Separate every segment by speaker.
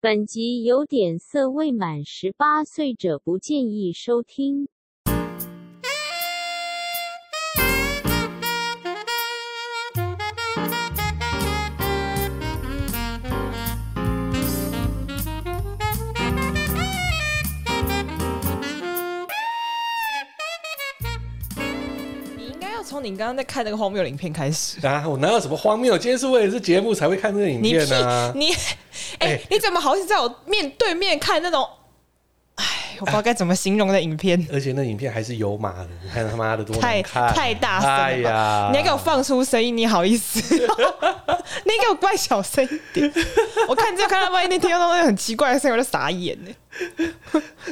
Speaker 1: 本集有点色，未满十八岁者不建议收听。
Speaker 2: 你应该要从你刚刚在看那个荒谬的影片开始。
Speaker 3: 啊，我哪有什么荒谬？今天是为了这节目才会看这个影
Speaker 2: 你
Speaker 3: 片
Speaker 2: 屁
Speaker 3: 啊！
Speaker 2: 你，哎、
Speaker 3: 哎
Speaker 2: 你怎么好意思在我面对面看那种？哎，我不知道该怎么形容的影片，
Speaker 3: 而且那影片还是有码的，你看他妈的多
Speaker 2: 太
Speaker 3: 难看，
Speaker 2: 太大声了吧
Speaker 3: 哎呀，
Speaker 2: 你还给我放出声音，你好意思？ 你给我关小声一点。我看这看到万一那听到那种很奇怪的声音，我就傻眼呢。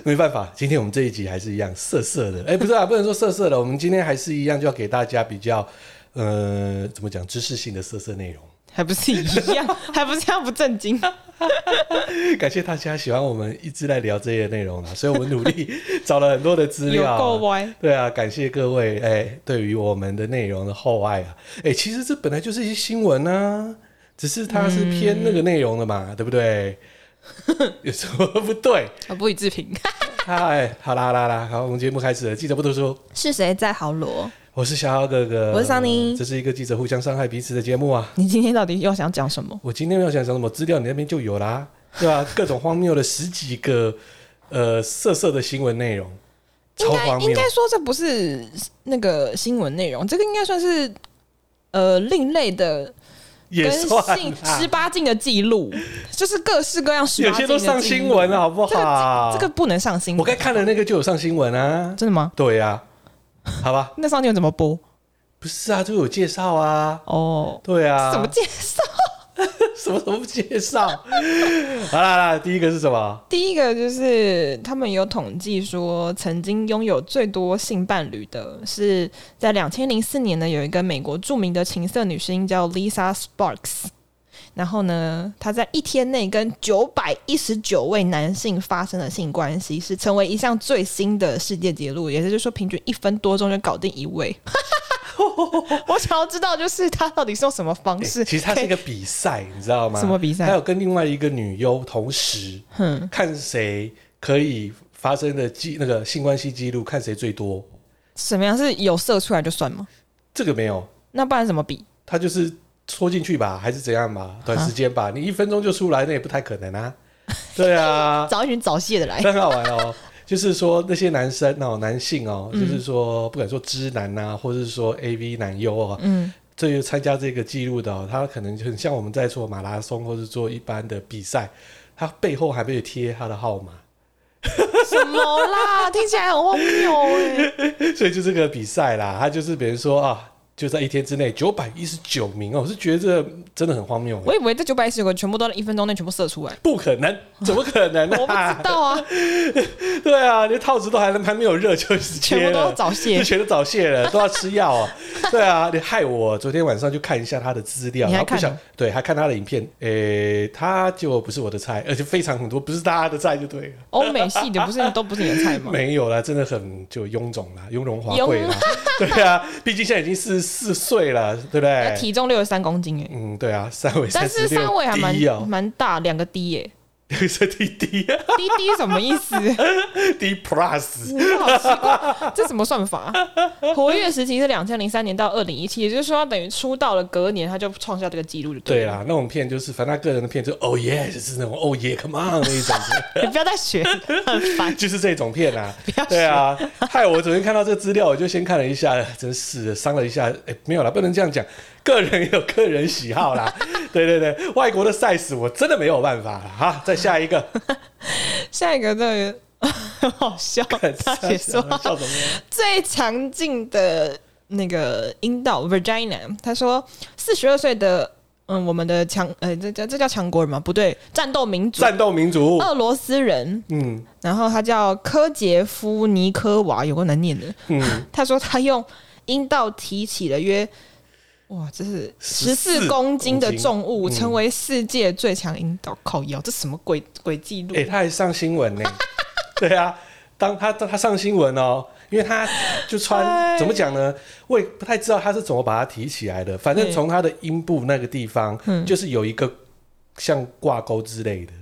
Speaker 3: 没办法，今天我们这一集还是一样色色的。哎、不是啊，不能说色色的，我们今天还是一样，就要给大家比较呃，怎么讲，知识性的色色内容。
Speaker 2: 还不是一样， 还不是这样不正经。
Speaker 3: 感谢大家喜欢我们一直在聊这些内容啦，啊所以我们努力 找了很多的资料啊，
Speaker 2: 有够歪
Speaker 3: 对啊，感谢各位哎、对于我们的内容的厚爱啊，哎、其实这本来就是一些新闻啊，只是它是偏那个内容的嘛，
Speaker 2: 嗯
Speaker 3: 对不对？有什么不对？
Speaker 2: 我啊不予置 评。
Speaker 3: 嗨，好啦啦啦，好，我们节目开始了，记者不多说，
Speaker 2: 是谁在豪罗？
Speaker 3: 我是小奥哥哥，
Speaker 2: 我是桑尼
Speaker 3: 这是一个记者互相伤害彼此的节目啊。
Speaker 2: 你今天到底又想讲什么？
Speaker 3: 我今天要想讲什么资料，你那边就有啦，对 吧、各种荒谬的十几个呃色色的新闻内容，
Speaker 2: 应
Speaker 3: 超
Speaker 2: 该
Speaker 3: 荒
Speaker 2: 应
Speaker 3: 谬。
Speaker 2: 该说这不是那个新闻内容，这个应该算是呃另类的
Speaker 3: 也
Speaker 2: 跟
Speaker 3: 算
Speaker 2: 性
Speaker 3: 啦
Speaker 2: 十八禁的记录，就是各式各样十八
Speaker 3: 有
Speaker 2: 禁
Speaker 3: 些
Speaker 2: 的
Speaker 3: 都上
Speaker 2: 记录
Speaker 3: 新闻了，啊好不
Speaker 2: 这个
Speaker 3: 好？
Speaker 2: 这个不能上新
Speaker 3: 我
Speaker 2: 闻，
Speaker 3: 该看的那个就有上新闻啊，
Speaker 2: 真的吗？
Speaker 3: 对呀、好吧，
Speaker 2: 那上新闻怎么播？
Speaker 3: 不是啊，就有介绍啊，
Speaker 2: 哦，
Speaker 3: 对啊，
Speaker 2: 怎么介绍？
Speaker 3: 什么什么介绍？ 好啦啦，第一个是什么？
Speaker 2: 第一个就是他们有统计说，曾经拥有最多性伴侣的是在两千零四年呢，有一个美国著名的情色女星叫 Lisa Sparks。然后呢，她在一天内跟九百一十九位男性发生了性关系，是成为一项最新的世界纪录，也就是说，平均一分多钟就搞定一位。 我想要知道，就是她到底是用什么方式、
Speaker 3: 欸其实它是一个比赛，你知道吗？
Speaker 2: 什么比赛
Speaker 3: 它有跟另外一个女优同时，看谁可以发生的记那个性关系记录，看谁最多。
Speaker 2: 什么样是有射出来就算吗？
Speaker 3: 这个没有，
Speaker 2: 那不然怎么比？
Speaker 3: 它就是戳进去吧，还是怎样吧，短时间吧，你一分钟就出来，那也不太可能啊。对啊，
Speaker 2: 找一群早泄的来。
Speaker 3: 很好玩哦。就是说那些男生哦，男性哦，
Speaker 2: 嗯
Speaker 3: 就是说不管说知男呐、或者是说 A V 男优哦，
Speaker 2: 嗯，
Speaker 3: 这个参加这个记录的、哦，他可能就很像我们在做马拉松或是做一般的比赛，他背后还被贴他的号码，
Speaker 2: 什么啦？听起来很荒谬哎、
Speaker 3: 所以就这个比赛啦，他就是比如说啊，就在一天之内九百一十九名哦，我是觉得这真的很荒谬，
Speaker 2: 我以为这九百一十个全部都在一分钟内全部射出来，
Speaker 3: 不可能，怎么可能
Speaker 2: 我不
Speaker 3: 啊
Speaker 2: 知？道啊，
Speaker 3: 对啊，连套子都还还没有热就
Speaker 2: 全
Speaker 3: 切
Speaker 2: 部都
Speaker 3: 了
Speaker 2: 是。早泄
Speaker 3: 就。全都早泄了，都要吃药哦。 对啊，你害我昨天晚上就看一下他的资料，
Speaker 2: 你还
Speaker 3: 然后不
Speaker 2: 看
Speaker 3: 想
Speaker 2: 了
Speaker 3: 对，还看他的影片。诶、他就不是我的菜，而且非常很多不是大家的菜就对了。
Speaker 2: 欧美系的不是都不是你的菜吗？
Speaker 3: 没有啦，真的很就臃肿啦，雍容华贵啦。 对啊，毕竟现在已经四四岁了，对不对？
Speaker 2: 体重六十三公斤哎、
Speaker 3: 嗯，对啊，三围
Speaker 2: 但
Speaker 3: 十
Speaker 2: 是
Speaker 3: 六
Speaker 2: 三围还蛮
Speaker 3: 低哦，
Speaker 2: 蛮大，两个 D 耶、
Speaker 3: 是低低
Speaker 2: d D 什么意思？
Speaker 3: 低 plus，
Speaker 2: 好奇怪，这怎么算法？活跃时期是两千零三年到二零一七，也就是说，等于出道了隔年他就创下这个记录就
Speaker 3: 对
Speaker 2: 了。
Speaker 3: 啦，那种片就是反正他个人的片就 oh yeah，就是那种 oh yeah，come on 那一种。
Speaker 2: 你不要再学，很 烦。
Speaker 3: 就是这种片啊
Speaker 2: 要，学
Speaker 3: 对啊，害我昨天看到这个资料，我就先看了一下，真是的，伤了一下。哎、没有啦，不能这样讲，个人有个人喜好啦。对对对，外国的赛事我真的没有办法了哈。再下一 个，
Speaker 2: 下一个这个很好笑，他写说
Speaker 3: 笑什么？
Speaker 2: 最强劲的那个阴道 vagina，他说四十二岁的嗯，我们的强呃，这这这叫强国人吗？不对，战斗民族，
Speaker 3: 战斗民族，
Speaker 2: 俄罗斯人，
Speaker 3: 嗯
Speaker 2: 然后他叫科杰夫尼科娃，有个难念的。
Speaker 3: 嗯，
Speaker 2: 他说他用阴道提起了约。哇，这是十四
Speaker 3: 14
Speaker 2: 公斤的
Speaker 3: 公斤
Speaker 2: 重物，
Speaker 3: 嗯
Speaker 2: 成为世界最强阴道靠腰，这什么鬼鬼记录？
Speaker 3: 哎、他还上 新闻呢、对啊，当他他上新闻哦。因为他就
Speaker 2: 哎
Speaker 3: 穿怎么讲呢？我也不太知道他是怎么把它提起来的。反正
Speaker 2: 嗯
Speaker 3: 从他的阴部那个地方，
Speaker 2: 嗯
Speaker 3: 就是有一个像挂钩之类的，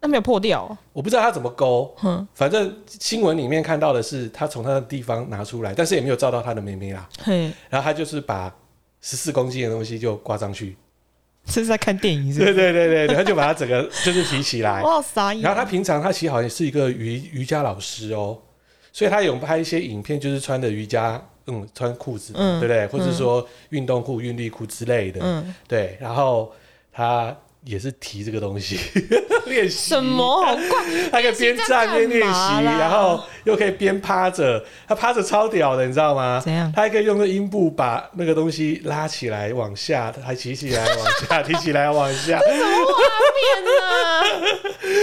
Speaker 2: 那没有破掉哦、
Speaker 3: 我不知道他怎么勾，
Speaker 2: 嗯
Speaker 3: 反正新闻里面看到的是他从他的地方拿出来，但是也没有照到他的妹妹啦。
Speaker 2: 嘿，
Speaker 3: 然后他就是把十四公斤的东西就挂上 去，
Speaker 2: 这是在看电影是不是？
Speaker 3: 对对对对对，他就把它整个就是提起来
Speaker 2: 我。好傻眼。
Speaker 3: 然后他平常他其实好像是一个瑜瑜伽老师哦，所以他有拍一些影片，就是穿的瑜伽，嗯，穿裤子嘛，
Speaker 2: 嗯
Speaker 3: 对不对？或者说运动裤、运力裤之类的，
Speaker 2: 嗯，
Speaker 3: 对。然后他也是提这个东西 练习
Speaker 2: 什么好怪？
Speaker 3: 他可以边站边练
Speaker 2: 练习
Speaker 3: 习，
Speaker 2: 干嘛啦
Speaker 3: 然后又可以边趴着，他趴着超屌的，你知道吗？
Speaker 2: 怎样
Speaker 3: 他还可以用那阴部把那个东西拉起来往下，还提起来往下， 提起来往下。
Speaker 2: 画面呢？啊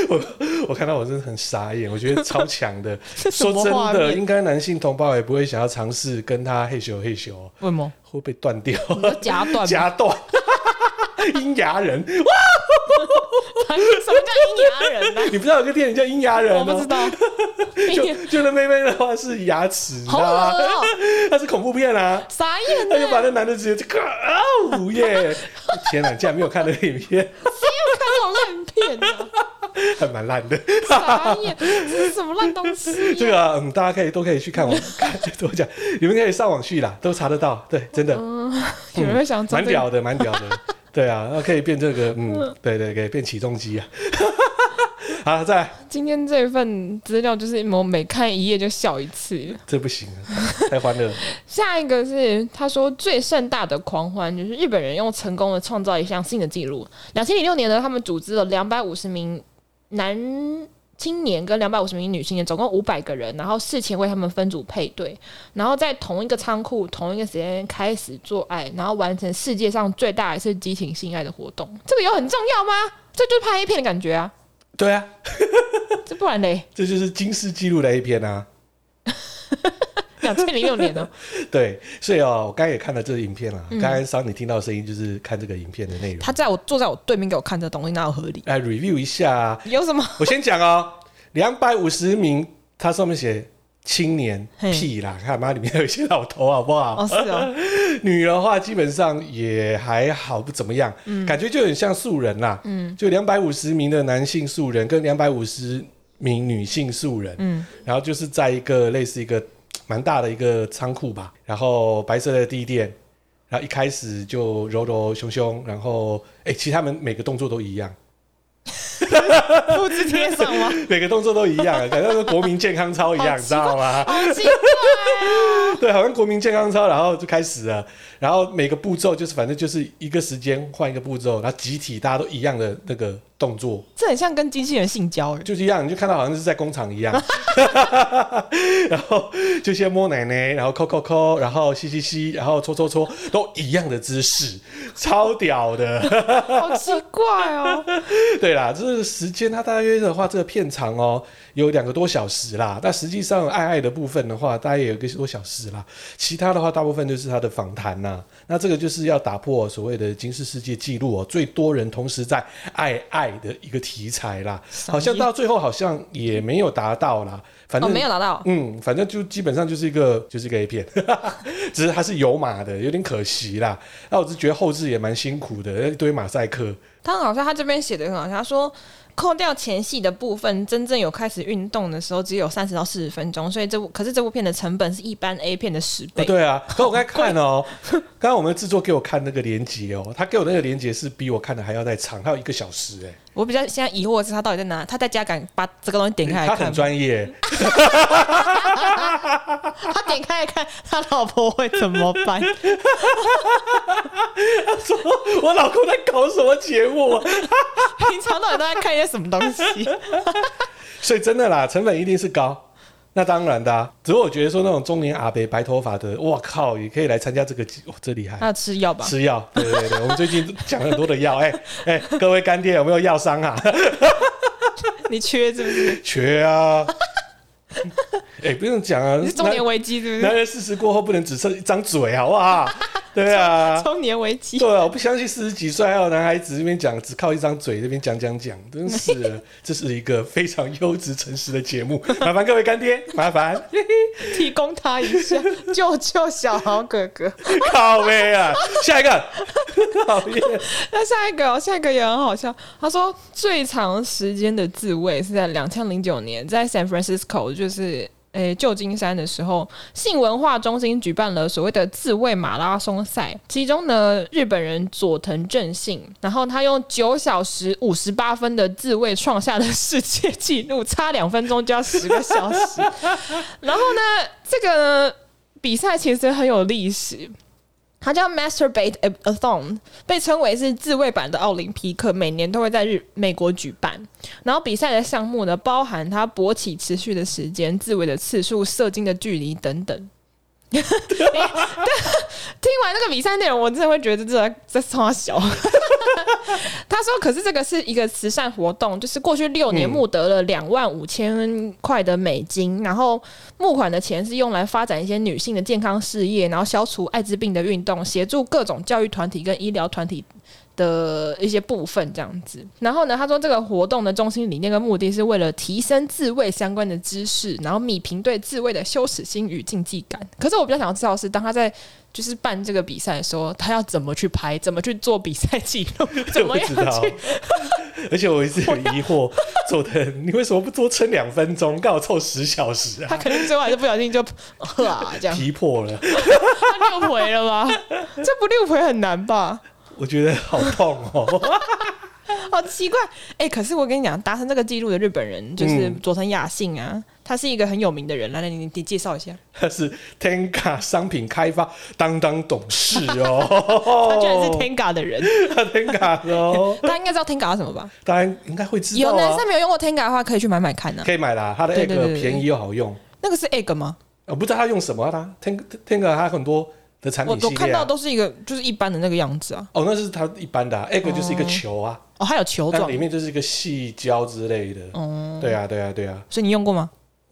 Speaker 3: 我 我看到我真的很傻眼，我觉得超强的。
Speaker 2: 这什
Speaker 3: 说
Speaker 2: 么
Speaker 3: 真
Speaker 2: 画
Speaker 3: 的，
Speaker 2: 面？
Speaker 3: 应该男性同胞也不会想要尝试跟他嘿咻嘿咻，
Speaker 2: 为什么？
Speaker 3: 会被断掉、
Speaker 2: 你说夹断吗？
Speaker 3: 夹断。 阴阳人，
Speaker 2: 什么叫阴阳人呢、
Speaker 3: 你不知道有个电影叫《阴阳人》
Speaker 2: 我不知
Speaker 3: 吗？
Speaker 2: 道。
Speaker 3: 就就那妹妹的话是牙齿，你知
Speaker 2: 好恶
Speaker 3: 道吗？
Speaker 2: 哦、
Speaker 3: 它是恐怖片啊。
Speaker 2: 傻眼
Speaker 3: 他就把
Speaker 2: 呢、
Speaker 3: 那男的直接就咔啊呜耶！天哪，你竟然没有看那个影片，
Speaker 2: 谁有看这种烂片 呢、
Speaker 3: 还蛮烂的。
Speaker 2: 傻眼，这是什么烂东西？
Speaker 3: 这个啊、嗯，大家可以都可以去看我多讲，你们可以上网去啦，都查得到。对，真的
Speaker 2: 有人会想做
Speaker 3: 嗯
Speaker 2: 这
Speaker 3: 蛮
Speaker 2: 个？
Speaker 3: 屌的，蛮屌的。 对啊，那可以变这个，嗯，对对，可以变起重机啊。 好，再来，
Speaker 2: 今天这份资料就是我每看一页就笑一次。
Speaker 3: 这不行啊， 太欢乐了。
Speaker 2: 下一个是他说最盛大的狂欢，就是日本人用成功的创造一项新的纪录。两千零六年呢，他们组织了两百五十名男青年跟两百五十名女青年，总共五百个人，然后事前为他们分组配对，然后在同一个仓库、同一个时间开始做爱，然后完成世界上最大一次激情性爱的活动。这个有很重要吗？这就是拍 A 片的感觉啊！
Speaker 3: 对啊，
Speaker 2: 这不然嘞，
Speaker 3: 这就是金氏纪录的 A 片啊。
Speaker 2: 两千零六年呢、
Speaker 3: 对，所以哦，我刚才也看了这个影片了、刚才桑你听到的声音就是看这个影片的内 容。
Speaker 2: 嗯他在我坐在我对面给我看这东西，哪有合理？
Speaker 3: 来 review 一下、啊，
Speaker 2: 有什么？
Speaker 3: 我先讲哦，两百五十名，它上面写青年
Speaker 2: 嘿
Speaker 3: 屁啦，看妈里面有一些老头好不好？
Speaker 2: 哦，是哦，
Speaker 3: 女的话基本上也还好，不怎么样，感觉就很像素人啦。嗯，就两百五十名的男性素人跟两百五十名女性素人，嗯，然后就是在一个类似一个蛮大的一个仓库吧，然后白色的地垫。然后一开始就揉揉胸胸，然后哎，其实他们每个动作都一样，
Speaker 2: 复制贴上吗？
Speaker 3: 每个动作都一样，感觉跟国民健康操一样，
Speaker 2: 好
Speaker 3: 你
Speaker 2: 奇
Speaker 3: 知道吗？
Speaker 2: 好奇怪哦！
Speaker 3: 对，好像国民健康操，然后就开始了，然后每个步骤就是反正就是一个时间换一个步骤，然后集体大家都一样的那个动作，
Speaker 2: 这很像跟机器人性交，欸
Speaker 3: 就是一样，你就看到好像是在工厂一样， 然后就先摸奶奶，然后抠抠抠，然后吸吸吸，然后搓搓搓，都一样的姿势，超屌的。
Speaker 2: 好奇怪哦！
Speaker 3: 对啦，这个时间它大约的话，这个片长哦有两个多小时啦，但实际上爱爱的部分的话，大概也有一个多小时啦，其他的话大部分就是他的访谈呐。那这个就是要打破所谓的金氏世界纪录哦，最多人同时在爱爱的一个题材啦，
Speaker 2: 傻眼
Speaker 3: 好像到最后好像也没有达到啦，反
Speaker 2: 哦，
Speaker 3: 正、
Speaker 2: 没有拿到，
Speaker 3: 嗯，反正就基本上就是一个就是一个 A 片， 只是它是有码的，有点可惜啦。那我是觉得后置也蛮辛苦的，一堆马赛克，
Speaker 2: 他好像他这边写的很好笑，他说扣掉前戏的部分，真正有开始运动的时候只有三十到四十分钟，所以这部可是这部片的成本是一般 A 片的十
Speaker 3: 啊
Speaker 2: 倍。
Speaker 3: 对啊，可我刚才看哦，刚 刚我们制作给我看那个连接哦，他给我那个连接是比我看的还要再长，还有一个小时哎、
Speaker 2: 我比较现在疑惑的是他到底在哪？他在家敢把这个东西点开来
Speaker 3: 他
Speaker 2: 看
Speaker 3: 很
Speaker 2: 吗？
Speaker 3: 专业，
Speaker 2: 他点开来看，他老婆会怎么 办？
Speaker 3: 说我老公在搞什么节目啊？
Speaker 2: 平常到底都在看一些什么东 西？
Speaker 3: 所以真的啦，成本一定是高。那当然的、啊，只是我觉得说那种中年阿伯白头发的，我靠，也可以来参加这个节，哦，这厉害
Speaker 2: 他。要吃药吧？
Speaker 3: 吃药，对对对，我们最近讲了很多的药， 哎、哎、各位干爹有没有药商啊？
Speaker 2: 你缺是不是？
Speaker 3: 缺啊！ 哎、不用讲啊，
Speaker 2: 你是中年危机是不是
Speaker 3: 男？人四十过后不能只剩一张嘴，好不好？对啊，
Speaker 2: 中年危机。
Speaker 3: 对啊，我不相信四十几岁还有男孩子这边讲，只靠一张嘴这边讲讲讲，真是 的，这是一个非常优质诚实的节目，麻烦各位干爹，麻烦
Speaker 2: 提供他一下，救救小豪哥哥。
Speaker 3: 靠背啊，下一个， 讨厌，
Speaker 2: 那下一个、哦，下一个也很好笑。他说最长时间的自慰是在两千零九年，在 San Francisco，就是诶、旧金山的时候，性文化中心举办了所谓的自慰马拉松赛。其中呢，日本人佐藤正信，然后他用九小时五十八分的自慰创下了世界纪录，差两分钟就要十个小时。 然后呢，这个呢比赛其实很有历史，它叫 Masturbate a a t h o n 被称为是自卫版的奥林匹克，每年都会在日美国举办。然后比赛的项目呢，包含它勃起持续的时间、自慰的次数、射精的距离等等。 听完那个比赛内容，我真的会觉得这这超小。 他说：“可是这个是一个慈善活动，就是过去六年募得了两万五千块的美金，然后募款的钱是用来发展一些女性的健康事业，然后消除艾滋病的运动，协助各种教育团体跟医疗团体的一些部分这样子。然后呢，他说这个活动的中心理念跟目的是为了提升自卫相关的知识，然后弭平对自卫的羞耻心与禁忌感。可是我比较想要知道的是，当他在就是办这个比赛的时候，他要怎么去拍，怎么去做比赛记录，怎么
Speaker 3: 我
Speaker 2: 样
Speaker 3: 知道
Speaker 2: 去？，
Speaker 3: 而且我一直有疑惑，佐藤，你为什么不多撑两分钟，刚好凑十小 时啊？
Speaker 2: 他可能最后还是不小心就 啊这样，
Speaker 3: 皮破了，
Speaker 2: 他六回了吧？ 这不六回很难吧？
Speaker 3: 我觉得好痛哦。
Speaker 2: 好奇怪，哎、可是我跟你讲，达成这个记录的日本人就是
Speaker 3: 嗯
Speaker 2: 佐藤雅信啊，他是一个很有名的人，来来，你你介绍一下，
Speaker 3: 他是 Tenga 商品开发当当董事哦，
Speaker 2: 他居然是 Tenga 的人，
Speaker 3: Tenga 哦，
Speaker 2: 大家应该知道 Tenga 是什么吧？
Speaker 3: 当然应该会知道
Speaker 2: 有男
Speaker 3: 啊
Speaker 2: 生，没有用过 Tenga 的话，可以去买买看呢、啊。
Speaker 3: 可以买啦，它的
Speaker 2: 对对对
Speaker 3: egg
Speaker 2: 对
Speaker 3: 便宜又好用。
Speaker 2: 那个是 egg 吗？
Speaker 3: 我不知道他用什么啊，他 Tenga Tenga 它很多的产
Speaker 2: 我
Speaker 3: 品
Speaker 2: 我
Speaker 3: 系
Speaker 2: 看
Speaker 3: 列
Speaker 2: 到
Speaker 3: 啊。
Speaker 2: 都是一个就是一般的那个样子啊。
Speaker 3: 哦，那是它一般的、啊、egg 就是一个球啊，
Speaker 2: 哦，还有球
Speaker 3: 那
Speaker 2: 状
Speaker 3: 里，面就是一个细胶之类的。
Speaker 2: 哦，
Speaker 3: 对啊，对啊，对啊
Speaker 2: 所以你用过吗？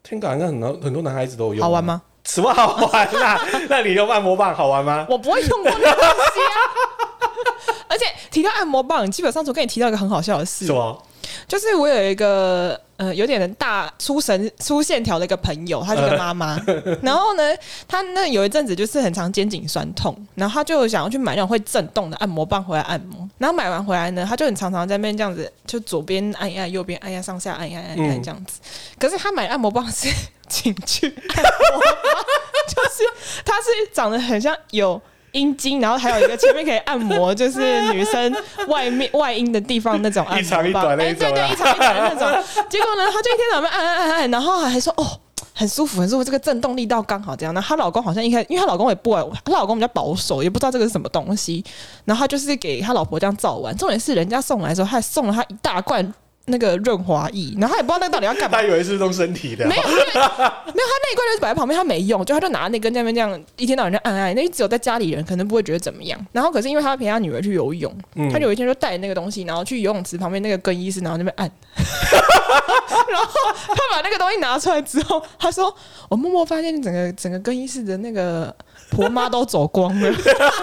Speaker 3: ，Tenga 好像很多很多男孩子都有用。啊
Speaker 2: 好玩？吗？
Speaker 3: 什么好玩啊？ 那你用按摩棒好玩吗？
Speaker 2: 我不会用过那个东西啊。 而且提到按摩棒，基本上我跟你提到一个很好笑的事
Speaker 3: 什，么？
Speaker 2: 就是我有一个呃有点大粗神粗线条的一个朋友，她是个妈妈， 然后呢，她那有一阵子就是很常肩颈酸痛，然后她就想要去买那种会震动的按摩棒回来按摩，然后买完回来呢，她就很常常在那边这样子，就左边按一按，右边按一按，上下按一按，按一按
Speaker 3: 嗯
Speaker 2: 这样子。可是她买的按摩棒是 情趣按摩棒，就是它是长得很像有。阴茎，然后还有一个前面可以按摩，就是女生外面外阴的地方那种按摩棒，
Speaker 3: 一长一短那一种啊
Speaker 2: 哎对对，一长一短那种。结果呢，她就一天到晚按按按按，然后还说哦。很舒服，很舒服，这个震动力道刚好这样。然后她老公好像一开，因为她老公也不玩，她老公比较保守，也不知道这个是什么东西。然后她就是给她老婆这样照玩。重点是人家送来的时候，她还送了她一大罐那个润滑液，然后她也不知道那个到底要干嘛
Speaker 3: 他。以为是用身体的啊
Speaker 2: 没，有，因为没有，他那一罐就是摆在旁边，他没用，就他就拿那根在那边这样一天到晚在按按，那只有在家里人可能不会觉得怎么样。然后可是因为他陪他女儿去游泳，
Speaker 3: 嗯
Speaker 2: 他有一天就带那个东西，然后去游泳池旁边那个更衣室，然后那边按。然后他把那个东西拿出来之后，他说：“我默默发现整个整个更衣室的那个婆妈都走光了。”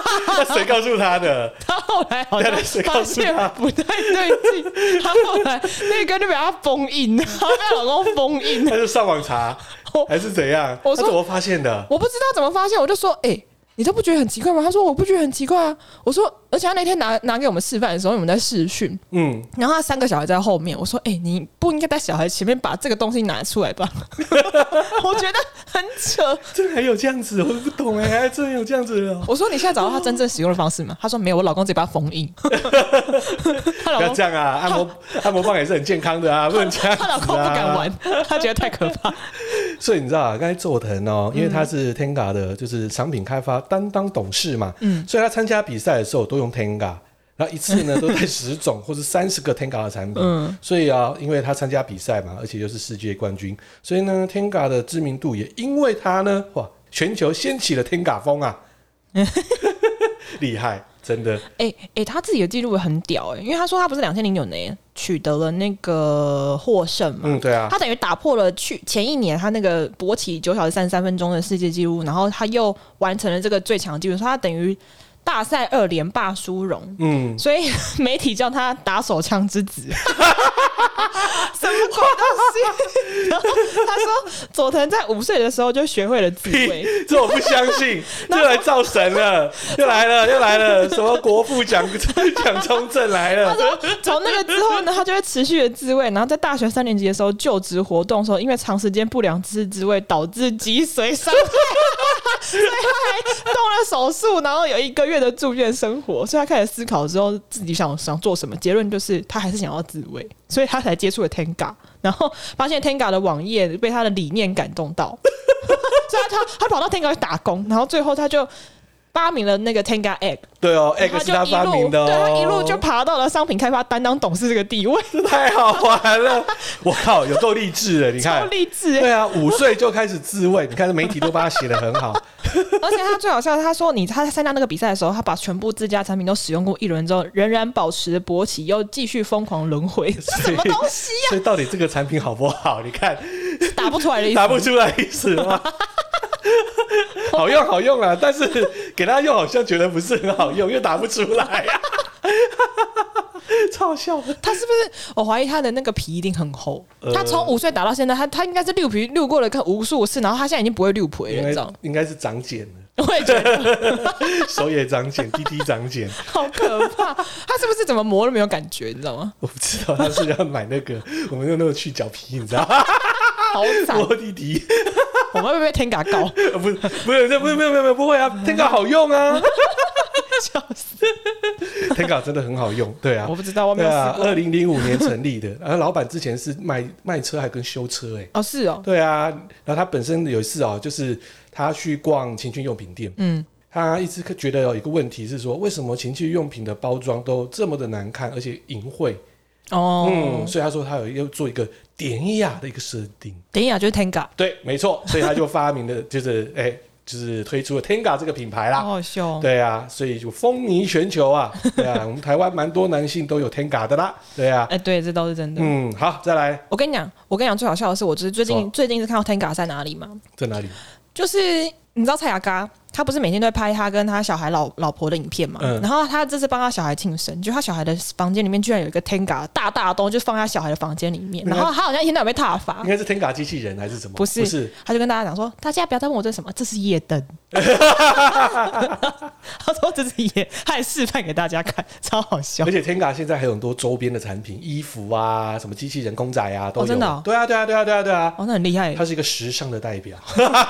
Speaker 3: 那谁告诉他的？
Speaker 2: 他后来好像发现不太对劲，他后来那根就被他封印，然后被她老公封印。
Speaker 3: 他就上网查
Speaker 2: 我，
Speaker 3: 还是怎样？
Speaker 2: 哦我
Speaker 3: 他
Speaker 2: 说
Speaker 3: 怎么发现的？
Speaker 2: 我不知道怎么发现，我就说，哎、你都不觉得很奇怪吗？他说我不觉得很奇怪啊。我说，而且他那天拿拿给我们示范的时候，我们在试训，
Speaker 3: 嗯，
Speaker 2: 然后他三个小孩在后面，我说，哎、你不应该在小孩前面把这个东西拿出来吧？ 我觉得很扯。
Speaker 3: 真的还有这样子，我不懂哎、还真的有这样子哦。
Speaker 2: 我说你现在找到他真正使用的方式吗？他说没有，我老公直接把它封印。 她老
Speaker 3: 不要
Speaker 2: 公
Speaker 3: 这样啊，按摩按摩棒也是很健康的啊，不能这样、啊。
Speaker 2: 她老公不敢 玩，
Speaker 3: 啊
Speaker 2: 他觉得太可怕。
Speaker 3: 所以你知道啊，刚才佐藤哦，因为他是 Tenga 的，就是产品开发担当董事嘛，嗯，所以他参加比赛的时候都用 Tenga，然后一次呢都带十种或是三十个 Tenga 的产品，嗯，所以啊，因为他参加比赛嘛，而且又是世界冠军，所以呢，Tenga 的知名度也因为他呢，哇，全球掀起了 Tenga 风啊， 厉害，真的，
Speaker 2: 哎、哎、他自己的记录很屌哎、因为他说他不是两千零九年取得了那个获胜嘛，
Speaker 3: 嗯，对 啊，
Speaker 2: 他等于打破了去前一年他那个勃起九小时三十三分钟的世界纪录，然后他又完成了这个最强纪录，所以他等于大赛二连霸殊荣，
Speaker 3: 嗯，
Speaker 2: 所以媒体叫他打手枪之子。 什么鬼东西？然后 他说，佐藤在五岁的时候就学会了自卫，
Speaker 3: 这我不相 信，又来造神了，又来了，又来了，什么国父 蒋蒋中正来了，
Speaker 2: 从那个之后呢，他就会持续的自慰，然后在大学三年级的时候就职活动的时候，因为长时间不良姿势自慰导致脊髓伤害，所以他还动了手术，然后有一个月的住院生活。所以他开始思考之后，自己想想做什么，结论就是他还是想要自慰， 所以他才接触了 Tenga，然后发现 Tenga 的网页被他的理念感动到， 所以他他他跑到 Tenga 去打工，然后最后他就发明了那个 Tenga Egg。
Speaker 3: 对哦
Speaker 2: 他
Speaker 3: ，X
Speaker 2: 就
Speaker 3: 是他发
Speaker 2: 一路
Speaker 3: 明的哦，
Speaker 2: 对他一路就爬到了商品开发担当董事这个地 位，
Speaker 3: 太好玩 了！我靠，有够励志的，你
Speaker 2: 超
Speaker 3: 看。
Speaker 2: 励志欸。
Speaker 3: 对啊，五岁就开始自慰，你看这媒体都把他写的很好，
Speaker 2: 而且他最好笑的是，他说你他参加那个比赛的时候，他把全部自家产品都使用过一轮之后，仍然保持勃起，又继续疯狂轮 回，这 什么东西
Speaker 3: 所以到底这个产品好不好？你看
Speaker 2: 打不出来的意思
Speaker 3: 打？不出来意思 吗？好用好用啊，但是给他用好像觉得不是很好用，又打不出来啊，超好笑的。
Speaker 2: 他是不是？我怀疑他的那个皮一定很厚。
Speaker 3: 呃
Speaker 2: 他从五岁打到现在，他他应该是六皮六过了看无数次，然后他现在已经不会六皮
Speaker 3: 应
Speaker 2: 了，你知
Speaker 3: 该
Speaker 2: 道？
Speaker 3: 应该是长茧 了，
Speaker 2: 我也觉得
Speaker 3: 手也长茧，滴滴长茧。
Speaker 2: 好可怕。他是不是怎么磨都没有感觉，你知道吗？
Speaker 3: 我不知道他是要买那个，我们用那个去角皮，你知道吗？
Speaker 2: 好 惨，
Speaker 3: 摸滴滴。
Speaker 2: 我们会不会被 Tenga 告？
Speaker 3: 呃不是，不是，这不是，没有，没有，没有，不会 啊，Tenga 好用啊
Speaker 2: 笑死！
Speaker 3: ，Tenga 真的很好用，对啊
Speaker 2: 我，不知道，我没
Speaker 3: 对
Speaker 2: 有试
Speaker 3: 啊，
Speaker 2: 过。
Speaker 3: 二零零五年成立的，然后老板之前是卖卖车，还跟修车、欸，
Speaker 2: 哦，是哦，
Speaker 3: 对啊，然后他本身有一次哦，就是他去逛情趣用品店，
Speaker 2: 嗯，
Speaker 3: 他一直觉得有一个问题是说，为什么情趣用品的包装都这么的难看，而且淫秽，
Speaker 2: 哦，
Speaker 3: 嗯，所以他说他有要做一个典雅的一个设定。
Speaker 2: 等一下就是啊 Tenga，
Speaker 3: 对，没错，所以他就发明了，就是哎、就是推出了 Tenga 这个品牌啦。
Speaker 2: 好好笑哦。
Speaker 3: 对啊，所以就风靡全球啊。对啊，我们台湾蛮多男性都有 Tenga 的啦。对啊，
Speaker 2: 哎，对，这倒是真的。
Speaker 3: 嗯，好，再来，
Speaker 2: 我跟你讲，我跟你讲，最好笑的是，我就是最
Speaker 3: 什么
Speaker 2: 近最近是看到 Tenga 在哪里吗？
Speaker 3: 在哪里？
Speaker 2: 就是你知道蔡雅嘎，他不是每天都在拍他跟他小孩老老婆的影片嘛？
Speaker 3: 嗯
Speaker 2: 然后他这次帮他小孩庆生，就他小孩的房间里面居然有一个 Tenga 大大的东西，就放在他小孩的房间里面，
Speaker 3: 那
Speaker 2: 然
Speaker 3: 个
Speaker 2: 后他好像一天到晚被踏伐
Speaker 3: 应。该是 Tenga 机器人还是什么？
Speaker 2: 不是，
Speaker 3: 嗯不是，
Speaker 2: 他就跟大家讲说，大家不要再问我这是什么，这是夜 灯。他说这是夜，他还示范给大家看，超好笑
Speaker 3: 而。且 Tenga 现在还有很多周边的产品，衣服啊，什么机器人公仔啊，都有。
Speaker 2: 哦真的哦
Speaker 3: 对啊，对啊，对啊，对啊，对啊。
Speaker 2: 哦，那很厉害耶
Speaker 3: 它。是一个时尚的代表，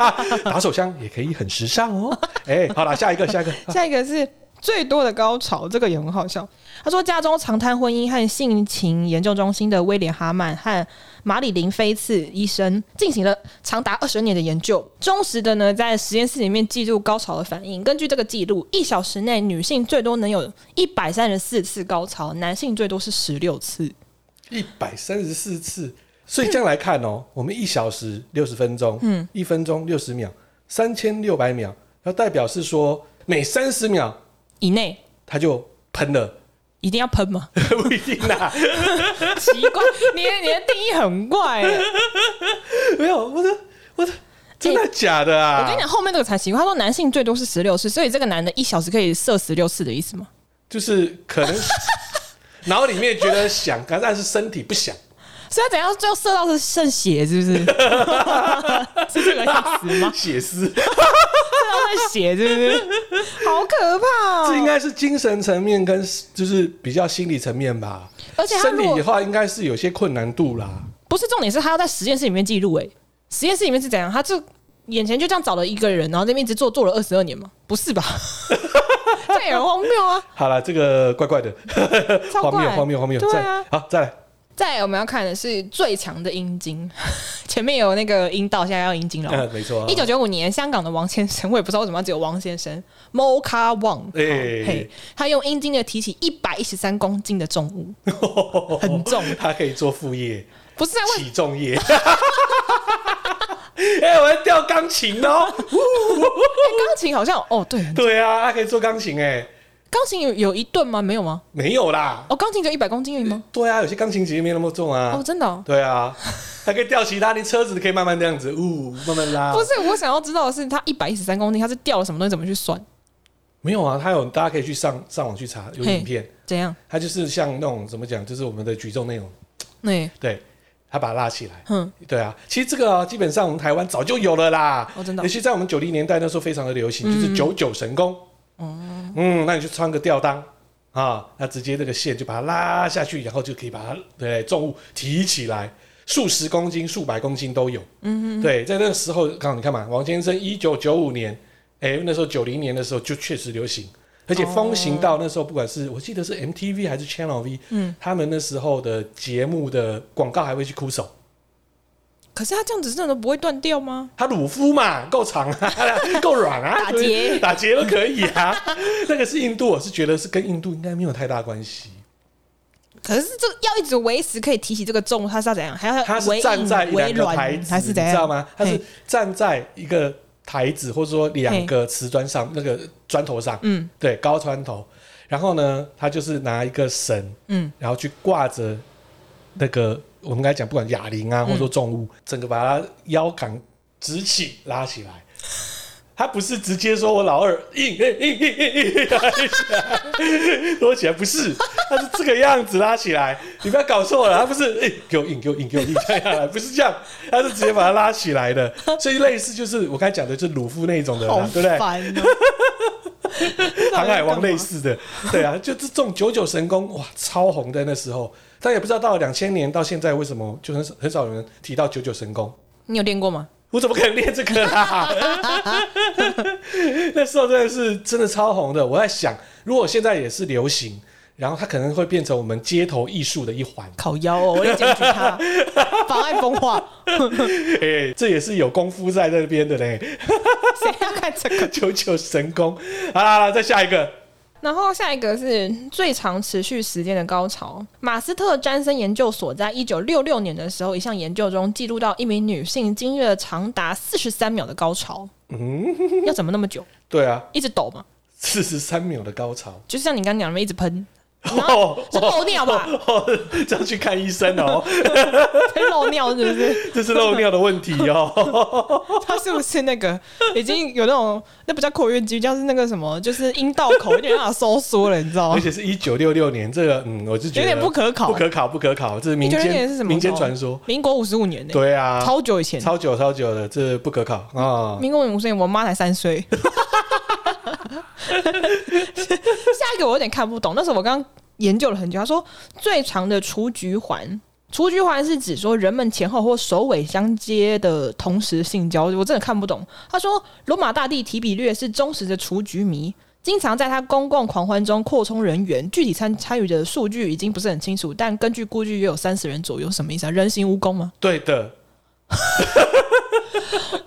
Speaker 3: 打手枪也可以很时尚哦。 哎、好了，下一个，下一个，
Speaker 2: 下一个是最多的高潮，这个也很好笑。他说，家中长滩婚姻和性情研究中心的威廉·哈曼和马里林·菲茨医生进行了长达二十年的研究，忠实的呢在实验室里面记录高潮的反应。根据这个记录，一小时内女性最多能有一百三十四次高潮，男性最多是十六次。
Speaker 3: 一百三十四次。所以这样来看哦，我们一小时六十分钟，嗯，一分钟六十秒，三千六百秒，那代表是说每三十秒
Speaker 2: 以内
Speaker 3: 它就喷了，
Speaker 2: 一定要喷吗？
Speaker 3: 不一定啦。
Speaker 2: 奇怪，你的你的定义很怪耶、啊
Speaker 3: 没有，我的我的真的假的啊？
Speaker 2: 哎我跟你讲，后面这个才奇怪。他说男性最多是十六次，所以这个男的一小时可以射十六次的意思吗？
Speaker 3: 就是可 能脑里面觉得想，但是身体不想。
Speaker 2: 所以他怎样最后射到是渗血，是不 是？是这个意思吗？哦
Speaker 3: 血丝，
Speaker 2: 射到渗血，是不是？好可怕、哦！
Speaker 3: 这应该是精神层面跟就是比较心理层面吧。
Speaker 2: 而且他
Speaker 3: 生
Speaker 2: 如
Speaker 3: 理
Speaker 2: 果
Speaker 3: 的话，应该是有些困难度啦。
Speaker 2: 不是重点，是他要在实验室里面记录。哎，实验室里面是怎样？他就眼前就这样找了一个人，然后这边一直做做了二十二年嘛？不 是吧？这也很荒谬啊！
Speaker 3: 好了，这个怪怪的，
Speaker 2: 超
Speaker 3: 荒
Speaker 2: 怪
Speaker 3: 谬，荒谬，荒谬。
Speaker 2: 对
Speaker 3: 再
Speaker 2: 啊
Speaker 3: 来好，再来。
Speaker 2: 再来我们要看的是最强的阴茎， 前面有那个阴道，现在要阴茎了。
Speaker 3: 嗯，没错啊。
Speaker 2: 一九九五年，香港的王先生，我也不知道为什么要只有王先生，Mocha Wang，、
Speaker 3: 哎
Speaker 2: 嘿，他用阴茎的提起一百一十三公斤的重物，很重，
Speaker 3: 他可以做副业，
Speaker 2: 不是在啊问，
Speaker 3: 起重业。 哎、我要吊钢琴哦。
Speaker 2: 哎钢琴好像哦，对，
Speaker 3: 对啊，他可以做钢琴哎、
Speaker 2: 钢琴有有一顿吗？没有吗？
Speaker 3: 没有啦。
Speaker 2: 哦，钢琴就一百公斤而已吗？
Speaker 3: 对啊，有些钢琴其实没那么重啊。
Speaker 2: 哦，真的、哦。
Speaker 3: 对啊，还可以吊其他，你车子可以慢慢这样子，呜，慢慢拉。
Speaker 2: 哦不是，我想要知道的是，他一百一十三公斤，他是掉了什么东西？怎么去算？
Speaker 3: 没有啊，他有，大家可以去上上网去查，有
Speaker 2: 嘿
Speaker 3: 影片，
Speaker 2: 怎样？
Speaker 3: 他就是像那种怎么讲，就是我们的举重那种，
Speaker 2: 那、
Speaker 3: 对他把它拉起来。
Speaker 2: 哼，
Speaker 3: 对啊，其实这个啊、基本上我们台湾早就有了啦，
Speaker 2: 哦真嗯的哦
Speaker 3: 尤其在我们九零年代那时候非常的流行，就是九九神功。哦，嗯，那你就穿个吊裆啊，那直接这个线就把它拉下去，然后就可以把它对重物提起来，数十公斤、数百公斤都有。嗯嗯，对，在那个时候，刚好你看嘛，王先生一九九五年，哎、那时候九零年的时候就确实流行。而且风行到那时候，不管是我记得是 MTV 还是 Channel V，嗯，他们那时候的节目的广告还会去哭手，
Speaker 2: 可是它这样子真的不会断掉吗？
Speaker 3: 他乳肤嘛，够长啊， 够软啊，
Speaker 2: 打结
Speaker 3: 打结都可以啊。 那个是印度，我是觉得是跟印度应该没有太大关系。
Speaker 2: 可是这个要一直维持可以提起这个重，它是要怎样？还要
Speaker 3: 他是
Speaker 2: 微
Speaker 3: 站在
Speaker 2: 微
Speaker 3: 两个
Speaker 2: 软
Speaker 3: 牌子，
Speaker 2: 还是怎
Speaker 3: 你知道
Speaker 2: 样？
Speaker 3: 吗？他是
Speaker 2: 嘿
Speaker 3: 站在一个台子，或者说两个瓷砖上，那个砖头上，
Speaker 2: 嗯
Speaker 3: 对，高砖头。然后呢，他就是拿一个绳，
Speaker 2: 嗯，
Speaker 3: 然后去挂着那个我们刚才讲，不管哑铃啊，或者说重物，整个把它腰杆直起拉起来。他不是直接说我老二硬硬硬硬硬硬拉起来，多起来不是，他是这个样子拉起来，你不要搞错了，他不是哎、给我硬给我硬给我硬这样下来，不是这样，他是直接把它拉起来的，所以类似就是我刚才讲的，就是鲁夫那一种的啦，
Speaker 2: 好
Speaker 3: 对不对？
Speaker 2: 烦哦、
Speaker 3: 航海王类似的， 对啊，就这种九九神功哇，超红的那时候，但也不知道到两千年到现在为什么就很少很少有人提到九九神功。
Speaker 2: 你有练过吗？
Speaker 3: 我怎么可能练这个啦？那时候真的是真的超红的。我在想，如果现在也是流行，然后它可能会变成我们街头艺术的一环。
Speaker 2: 烤腰哦，我要检举 他，妨碍风化，
Speaker 3: 哎、这也是有功夫在那边的嘞，
Speaker 2: 谁要看这个？
Speaker 3: 九九神功。好啦，好啦再下一个。
Speaker 2: 然后下一个是最长持续时间的高潮。马斯特詹森研究所在一九六六年的时候，一项研究中记录到一名女性经历了长达四十三秒的高潮。嗯，要怎么那么久？
Speaker 3: 对啊，
Speaker 2: 一直抖嘛，
Speaker 3: 四十三秒的高潮。
Speaker 2: 就像你刚刚讲的，一直喷，然后
Speaker 3: 哦
Speaker 2: 是漏尿吧？
Speaker 3: 哦，这样去看医生哦，
Speaker 2: 喷漏尿是不是？
Speaker 3: 这是漏尿的问题 哦。
Speaker 2: 他是不是那个已经有那种那不叫括约肌，叫是那个什么，就是阴道口有点让它收缩了，你知道
Speaker 3: 而
Speaker 2: 吗？
Speaker 3: 且是一九六六年，这个嗯，我是觉得
Speaker 2: 有点不可考
Speaker 3: 不可考，不可考，这是民
Speaker 2: 一九六六年
Speaker 3: 间
Speaker 2: 是什么时候？
Speaker 3: 民间传说。
Speaker 2: 民国五十五年呢、
Speaker 3: 对啊，
Speaker 2: 超久以前，
Speaker 3: 超久超久的，这不可考啊。
Speaker 2: 民国五十年，我妈才三岁。 下一个我有点看不懂，那时候我刚研究了很久，他说最长的雏菊环。雏菊环是指说人们前后或首尾相接的同时性交，我真的看不懂。他说，罗马大帝提比略是忠实的雏菊迷，经常在他公共狂欢中扩充人员。具体参参与的数据已经不是很清楚，但根据估计约有三十人左右。什么意思啊？人形蜈蚣吗？
Speaker 3: 对的，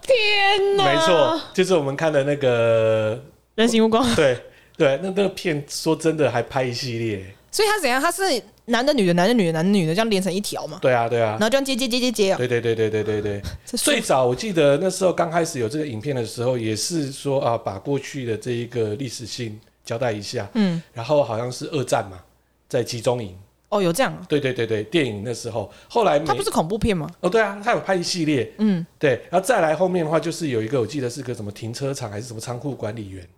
Speaker 2: 天哪！
Speaker 3: 没错，，就是我们看的那个，
Speaker 2: 人形蜈蚣。
Speaker 3: 对对，那那个片说真的还拍一系列，
Speaker 2: 所以他怎样？他是男的女的，男的女的，男的女的，这样连成一条嘛，
Speaker 3: 对啊对啊
Speaker 2: 然，后这样接接接接接啊。
Speaker 3: 对对对对对对对。
Speaker 2: 这
Speaker 3: 最
Speaker 2: 说
Speaker 3: 早我记得那时候刚开始有这个影片的时候，也是说啊，把过去的这一个历史性交代一下，
Speaker 2: 嗯，
Speaker 3: 然后好像是二战嘛，在集中营，
Speaker 2: 哦，有这样啊？
Speaker 3: 对对对对，电影那时候，后来
Speaker 2: 它
Speaker 3: 美
Speaker 2: 不是恐怖片吗？
Speaker 3: 哦，对啊，他有拍一系列，
Speaker 2: 嗯，
Speaker 3: 对，然后再来后面的话，就是有一个我记得是个什么停车场还是什么仓库管理员，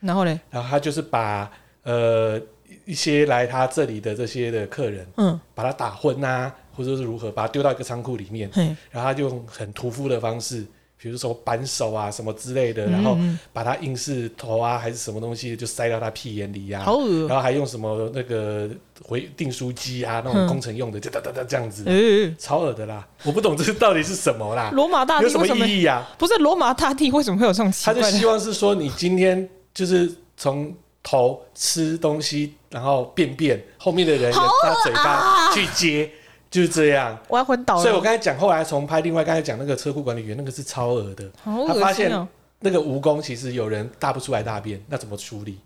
Speaker 2: 然后嘞，
Speaker 3: 然后他就是把呃一些来他这里的这些的客人，
Speaker 2: 嗯，
Speaker 3: 把他打昏啊，或者是如何把他丢到一个仓库里面，
Speaker 2: 嘿，
Speaker 3: 然后他就用很屠夫的方式，比如说扳手啊什么之类
Speaker 2: 嗯
Speaker 3: 的，然后把他硬是头啊还是什么东西就塞到他屁眼里呀、
Speaker 2: 好恶
Speaker 3: 然后还用什么那个回订书机啊
Speaker 2: 嗯
Speaker 3: 那种工程用的，就哒哒哒这样子，
Speaker 2: 呃，
Speaker 3: 超恶的啦！我不懂这到底是什 么啦，
Speaker 2: 罗马大帝
Speaker 3: 有什么
Speaker 2: 为什么
Speaker 3: 意义呀、啊
Speaker 2: 不是罗马大帝为什么会有这种奇
Speaker 3: 他
Speaker 2: 怪
Speaker 3: 就希
Speaker 2: 的？
Speaker 3: 望是说，你今天就是从头吃东西，然后便便，后面的人也
Speaker 2: 好恶啊
Speaker 3: 他嘴巴去接，就是这样。
Speaker 2: 我要昏倒了。
Speaker 3: 所以我刚才讲，后来从拍另外刚才讲那个车库管理员，那个是超额的，
Speaker 2: 好恶
Speaker 3: 他发
Speaker 2: 心
Speaker 3: 现
Speaker 2: 哦、
Speaker 3: 那个蜈蚣其实有人大不出来大便，那怎么处理？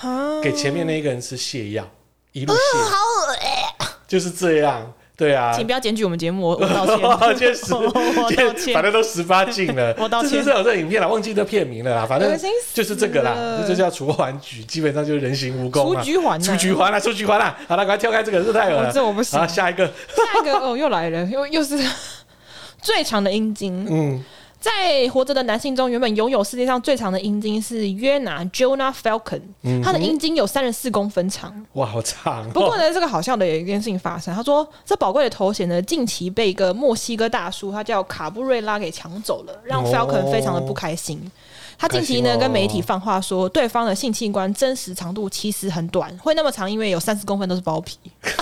Speaker 2: 啊！
Speaker 3: 给前面那一个人吃泻药，一路泻，好恶就是这样，对啊。
Speaker 2: 请不要检举我们节目，我我道歉。
Speaker 3: 确实，
Speaker 2: 我我道
Speaker 3: 确实
Speaker 2: 歉
Speaker 3: 反正都十八禁了
Speaker 2: 。我道歉
Speaker 3: 这是不是有这影片了？啊忘记这片名了啦，反正
Speaker 2: 恶心死
Speaker 3: 就是这个啦
Speaker 2: 了，
Speaker 3: 这就叫除环局，基本上就是人形蜈蚣
Speaker 2: 雏
Speaker 3: 嘛。
Speaker 2: 菊环
Speaker 3: 出
Speaker 2: 呢？
Speaker 3: 局啊环啦，啊出局环啦！好了，赶快跳开这个，这太恶
Speaker 2: 哦
Speaker 3: 了。
Speaker 2: 啊这我不行
Speaker 3: 好，下一个，
Speaker 2: 下一个哦，又来了，又又是最长的阴茎。
Speaker 3: 嗯，
Speaker 2: 在活着的男性中，原本拥有世界上最长的阴茎是约拿 （Jonah Falcon），、他
Speaker 3: 嗯
Speaker 2: 的阴茎有三十四公分长。
Speaker 3: 哇，好长、哦。
Speaker 2: 不过呢，这个好笑的有一件事情发生。他说，这宝贵的头衔呢，近期被一个墨西哥大叔，他叫卡布瑞拉给抢走了，让
Speaker 3: 哦
Speaker 2: Falcon 非常的不开心。他近期呢
Speaker 3: 开心哦
Speaker 2: 跟媒体放话说，对方的性器官真实长度其实很短，会那么长，因为有三十公分都是包皮。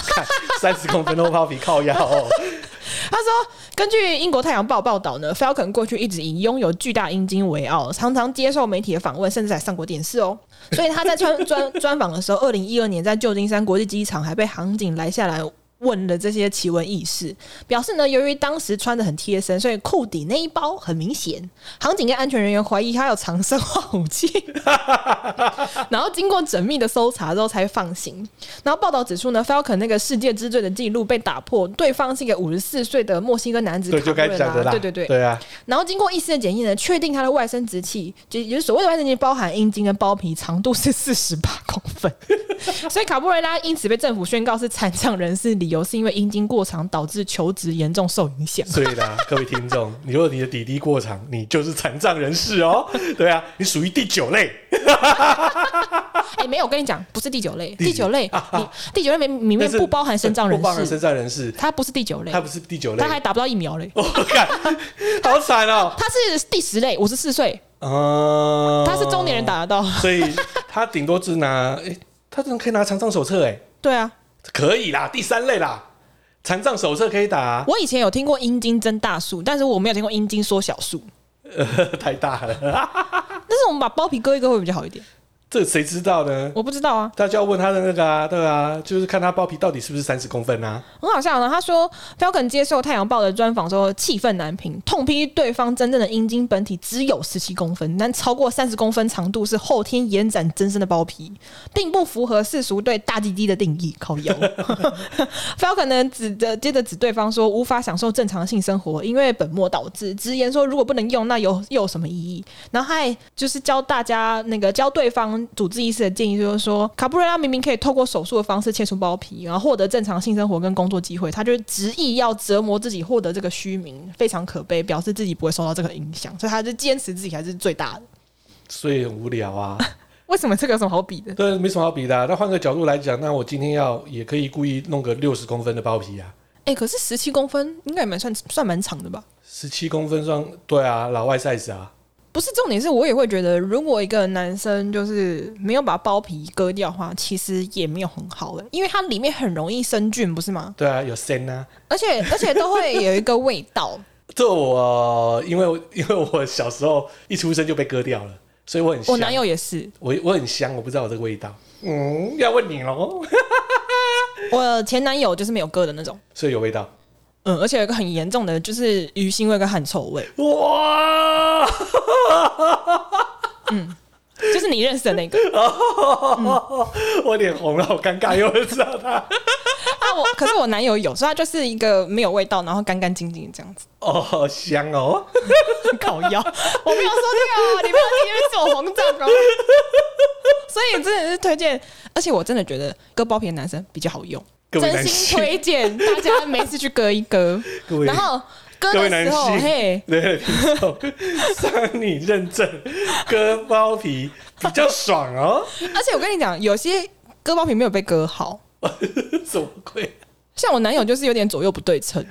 Speaker 3: 三十公分都包皮靠腰、哦，
Speaker 2: 他说，根据英国《太阳报》报道呢，Falcon 过去一直以拥有巨大阴茎为傲，常常接受媒体的访问，甚至还上过电视哦。所以他在专专专访的时候，二零一二年在旧金山国际机场还被航警拦下来。问了这些奇闻异事，表示呢，由于当时穿的很贴身，所以裤底那一包很明显。航警跟安全人员怀疑他有藏生化武 器，然后经过缜密的搜查之后才放行。然后报道指出呢，Falcon 那个世界之最的记录被打破，对方是一个五十四岁的墨西哥男子
Speaker 3: 对，就
Speaker 2: 卡
Speaker 3: 该
Speaker 2: 布瑞
Speaker 3: 讲的
Speaker 2: 拉
Speaker 3: 啦。
Speaker 2: 对对对。
Speaker 3: 对啊，
Speaker 2: 然后经过医师的检验呢，确定他的外生殖器，就也就是所谓的外生殖器，包含阴茎跟包皮，长度是四十八公 分。所以卡布瑞拉因此被政府宣告是残障人士，理由是因为阴茎过长导致求职严重受影响。
Speaker 3: 所以啦， 各位听众，你如果你的底底过长，你就是残障人士哦。 对啊，你属于第九类。
Speaker 2: 哎、没有，我跟你讲，不是第九类，
Speaker 3: 第啊
Speaker 2: 第九类，你第九类里里面
Speaker 3: 但是
Speaker 2: 不包含身障人
Speaker 3: 不包含
Speaker 2: 士
Speaker 3: 身，障人士，
Speaker 2: 他不是第九类
Speaker 3: 他，不是第九类哦
Speaker 2: 他。还打不到疫苗嘞。
Speaker 3: 我看好惨哦。
Speaker 2: 他是第十类，五十四岁，
Speaker 3: 嗯，
Speaker 2: 他是中年人，打得到。
Speaker 3: 所以他顶多只拿，诶、他怎么可以拿残障手册、诶，
Speaker 2: 对啊，
Speaker 3: 可以啦，第三类啦，残障手册可以打、
Speaker 2: 我以前有听过阴茎增大术，但是我没有听过阴茎缩小术。
Speaker 3: 太大了，
Speaker 2: 但是我们把包皮割一割会比较好一点。
Speaker 3: 这谁知道呢？
Speaker 2: 我不知道啊，
Speaker 3: 大家要问他的那个啊，对啊，就是看他包皮到底是不是三十公分啊？
Speaker 2: 很好笑呢。他说，Falcon 接受《太阳报》的专访时候，气愤难平，痛批对方真正的阴茎本体只有十七公分，但超过三十公分长度是后天延展增生的包皮，并不符合世俗对大鸡鸡的定义。靠腰，Falcon 呢指着接着指对方说，无法享受正常性生活，因为本末倒置，直言说如果不能用，那有又有什么意义？然后还就是教大家那个教对方主治医师的建议，就是说卡布瑞拉明明可以透过手术的方式切除包皮，然后获得正常性生活跟工作机会，他就执意要折磨自己获得这个虚名，非常可悲，表示自己不会受到这个影响，所以他就坚持自己还是最大的。
Speaker 3: 所以很无聊啊。
Speaker 2: 为什么这个有什么好比的？
Speaker 3: 对，没什么好比的啊、那换个角度来讲，那我今天要也可以故意弄个六十公分的包皮啊，
Speaker 2: 哎、可是十七公分应该也蛮算算蛮长的吧？
Speaker 3: 十七公分算对啊，老外 size 啊。
Speaker 2: 不是重点是，我也会觉得，如果一个男生就是没有把包皮割掉的话，其实也没有很好诶、因为它里面很容易生菌，不是吗？
Speaker 3: 对啊，有 sen 啊。
Speaker 2: 而且而且都会有一个味道。
Speaker 3: 这我因为因为我小时候一出生就被割掉了，所以我很香。
Speaker 2: 我男友也是，啊
Speaker 3: 我我很香，我不知道我这个味道。嗯，要问你喽。
Speaker 2: 我前男友就是没有割的那种，
Speaker 3: 所以有味道。
Speaker 2: 嗯，而且有一个很严重的就是鱼腥味跟汗臭味，
Speaker 3: 哇！
Speaker 2: 就是你认识的那个 嗯
Speaker 3: 我脸红了，好尴尬，又知道他。
Speaker 2: 啊。我可是我男友有，所以他就是一个没有味道，然后干干净净这样子。
Speaker 3: 哦，好香哦！
Speaker 2: 烤腰， 我没有说这个、哦，你不要你为是我膨胀哦。所以真的是推荐，而且我真的觉得割包皮的男生比较好用，
Speaker 3: 各位
Speaker 2: 真
Speaker 3: 男
Speaker 2: 心
Speaker 3: 性，
Speaker 2: 推荐大家每次去割一 割，
Speaker 3: 各位
Speaker 2: 然后割
Speaker 3: 各位
Speaker 2: 的
Speaker 3: 男
Speaker 2: 时候，
Speaker 3: 性，
Speaker 2: 嘿，
Speaker 3: 对，听 众让你认证割包皮比较爽哦。
Speaker 2: 而且我跟你讲，有些割包皮没有被割好，
Speaker 3: 怎么会？
Speaker 2: 像我男友就是有点左右不对称，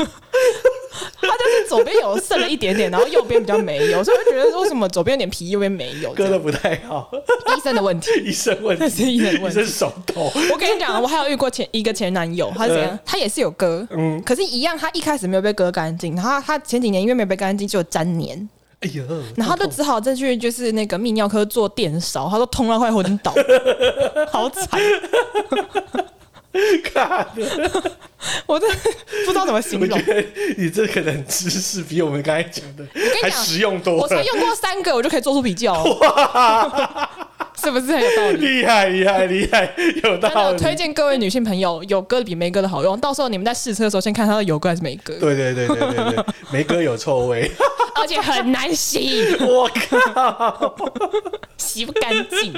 Speaker 2: 他就是左边有剩了一点点，然后右边比较没有，所以我就觉得为什么左边有点皮，右边没有，
Speaker 3: 割
Speaker 2: 这
Speaker 3: 的
Speaker 2: 样
Speaker 3: 不太好，
Speaker 2: 医生的问题。
Speaker 3: 医生问
Speaker 2: 那是
Speaker 3: 题，
Speaker 2: 医生问题
Speaker 3: 医生手抖。
Speaker 2: 我跟你讲，我还有遇过前一个前男友，他是怎样
Speaker 3: 嗯？
Speaker 2: 他也是有割，
Speaker 3: 嗯
Speaker 2: 可是一样，他一开始没有被割干净，然后他前几年因为没被干净就有粘黏，
Speaker 3: 哎呦，
Speaker 2: 然后他就只好再去就是那个泌尿科做电烧，他说痛到快昏倒，好惨，
Speaker 3: 看，
Speaker 2: 我真的不知道怎么形
Speaker 3: 我
Speaker 2: 容
Speaker 3: 觉。得你这可能知识比我们刚才讲的
Speaker 2: 你
Speaker 3: 还
Speaker 2: 讲
Speaker 3: 实用多
Speaker 2: 我才
Speaker 3: 了，
Speaker 2: 用过三个，我就可以做出比较 哦，是不是 很有道理？
Speaker 3: 厉害厉害厉害，有
Speaker 2: 真的，
Speaker 3: 道理。
Speaker 2: 推荐各位女性朋友，有割的比没割的好用。到时候你们在试车的时候，先看它的有割还是没割，
Speaker 3: 对对对对对 对，梅哥有臭味，
Speaker 2: 而且很难洗，
Speaker 3: 我靠！
Speaker 2: 洗不干 净，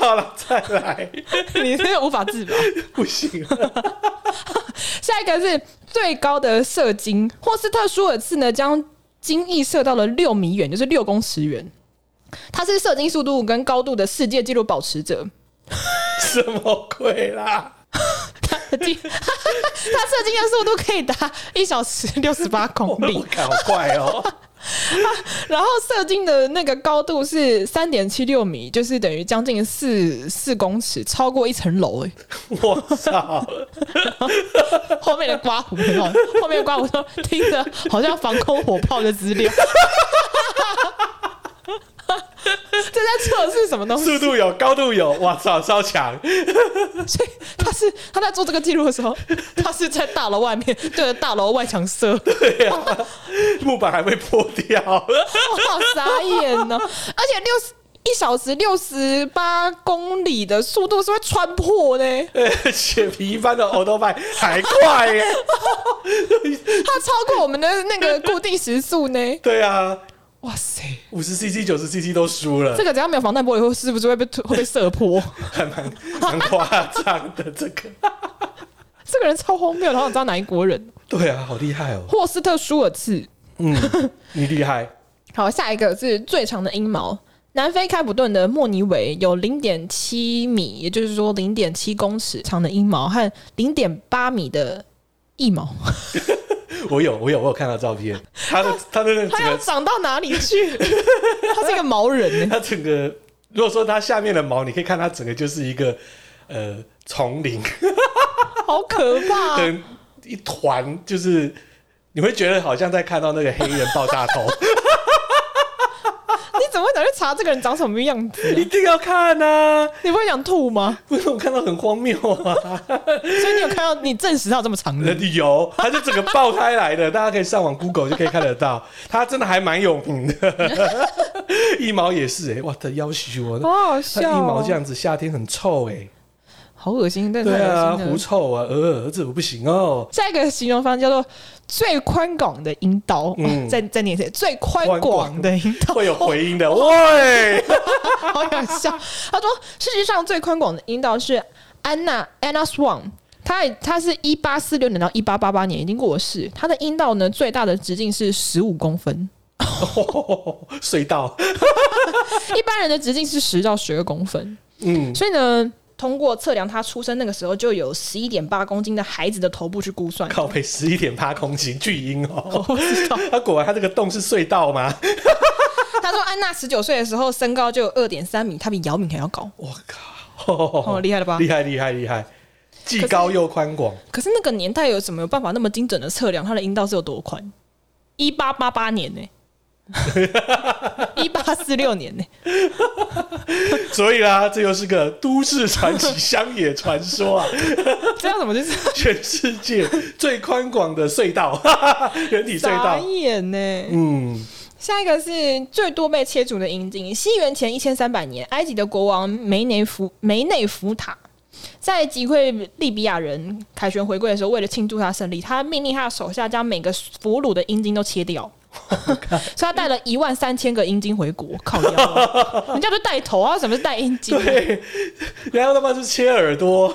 Speaker 3: 好了，再来，
Speaker 2: 你真的无法自拔。
Speaker 3: 不行了，
Speaker 2: 下一个是最高的射精，霍斯特舒尔茨呢将精液射到了六米远，就是六公尺远。他是射精速度跟高度的世界纪录保持者，
Speaker 3: 什么鬼啦？
Speaker 2: 他的精他射精的速度可以达一小时六十八公里
Speaker 3: 我，靠，好快哦！
Speaker 2: 然后射精的那个高度是三点七六米，就是等于将近四四公尺，超过一层楼、欸。
Speaker 3: 我操！
Speaker 2: 后面的刮胡 很好，后面的刮胡说听着好像防空火炮的资料。 这在测试什么东西？
Speaker 3: 速度有，高度有，哇操，超强！
Speaker 2: 所以他是他在做这个记录的时候，他是在大楼外面对着大楼外墙 射，我
Speaker 3: 对呀、木板还会破掉。
Speaker 2: 好傻眼哦！而且六十一小时六十八公里的速度是会穿破的、
Speaker 3: 呃，铁皮般的 o l d b i 还快耶！
Speaker 2: 它超过我们的那个固定时速呢。
Speaker 3: 对啊，
Speaker 2: 哇塞，
Speaker 3: 五十 cc、九十 cc 都输了
Speaker 2: 这，个只要没有防弹玻璃，会是不是会被会被射 破？
Speaker 3: 还蛮蛮夸张的。这个，
Speaker 2: 这个人超荒谬，然后你知道哪一国人？
Speaker 3: 对啊，好厉害哦！
Speaker 2: 霍斯特舒尔茨。
Speaker 3: 嗯，你厉害，
Speaker 2: 好，下一个是最长的阴毛。南非开普敦的莫尼维有零点七米，也就是说零点七公尺长的阴毛和零点八米的腋毛，
Speaker 3: 我有，我有，我有看到照片，他的他的那整
Speaker 2: 他要
Speaker 3: 个
Speaker 2: 长到哪里去？ 他是一个毛人欸呢、
Speaker 3: 他整个，如果说他下面的毛，你可以看他整个就是一个呃丛林，
Speaker 2: 好可 怕、啊
Speaker 3: 跟一团，就是你会觉得好像在看到那个黑人爆炸头，
Speaker 2: 你怎么会想去查这个人长什么样子、
Speaker 3: 一定要看啊！
Speaker 2: 你不会想吐吗？
Speaker 3: 为什么看到很荒谬 啊？
Speaker 2: 所以你有看到你证实他有这么长的？
Speaker 3: 有，它是整个爆开来的，大家可以上网 Google 就可以看得到，它真的还蛮有名的。 一毛也是哎、欸，哇，他要挟我，
Speaker 2: 好好
Speaker 3: 它
Speaker 2: 笑、哦
Speaker 3: 一毛这，样子夏天很臭哎、
Speaker 2: 好恶心，但是
Speaker 3: 对
Speaker 2: 很恶
Speaker 3: 啊，狐
Speaker 2: 心的。
Speaker 3: 臭啊，呃，儿子我不行 哦，
Speaker 2: 下一个形容方叫做最宽广的阴道，
Speaker 3: 嗯
Speaker 2: 哦再再念一次，最宽
Speaker 3: 宽
Speaker 2: 广
Speaker 3: 广
Speaker 2: 的阴道，
Speaker 3: 会有回音 的，喂，
Speaker 2: 好想笑。他说，事实上最宽广的阴道是安娜 Anna Swan。她她是一八四六年到一八八八年已经过世，她的阴道呢最大的直径是十五公分，
Speaker 3: 隧道，
Speaker 2: 一般人的直径是十到十二公分。
Speaker 3: 嗯，
Speaker 2: 所以呢，通过测量他出生那个时候就有十一点八公斤的孩子的头部去估算。
Speaker 3: 靠背十一点八公斤巨婴 哦，
Speaker 2: 我知道，
Speaker 3: 它果然它这个洞是隧道吗？
Speaker 2: 他说安娜十九岁的时候身高就有二点三米，她比姚明还要高，
Speaker 3: 我靠，
Speaker 2: 哦，厉害了吧？
Speaker 3: 厉害厉害厉害，既高又宽广，
Speaker 2: 可是那个年代有什么有办法那么精准的测量他的阴道是有多宽？一八八八年 呢、一八四六年呢、
Speaker 3: 所以啦，这又是个都市传奇、乡野传说啊！
Speaker 2: 这样怎么就是
Speaker 3: 全世界最宽广的隧道， 人体隧
Speaker 2: 傻
Speaker 3: 道。
Speaker 2: 眼呢、
Speaker 3: 嗯，
Speaker 2: 下一个是最多被切除的阴茎。西元前一千三百年，埃及的国王梅内福梅内福塔在击溃利比亚人凯旋回归的时候，为了庆祝他胜利，他命令他的手下将每个俘虏的阴茎都切掉。所以他带了一万三千个阴茎回国，靠腰啊、人家就带头啊，什么是带阴茎啊？
Speaker 3: 对，然后他妈是切耳朵，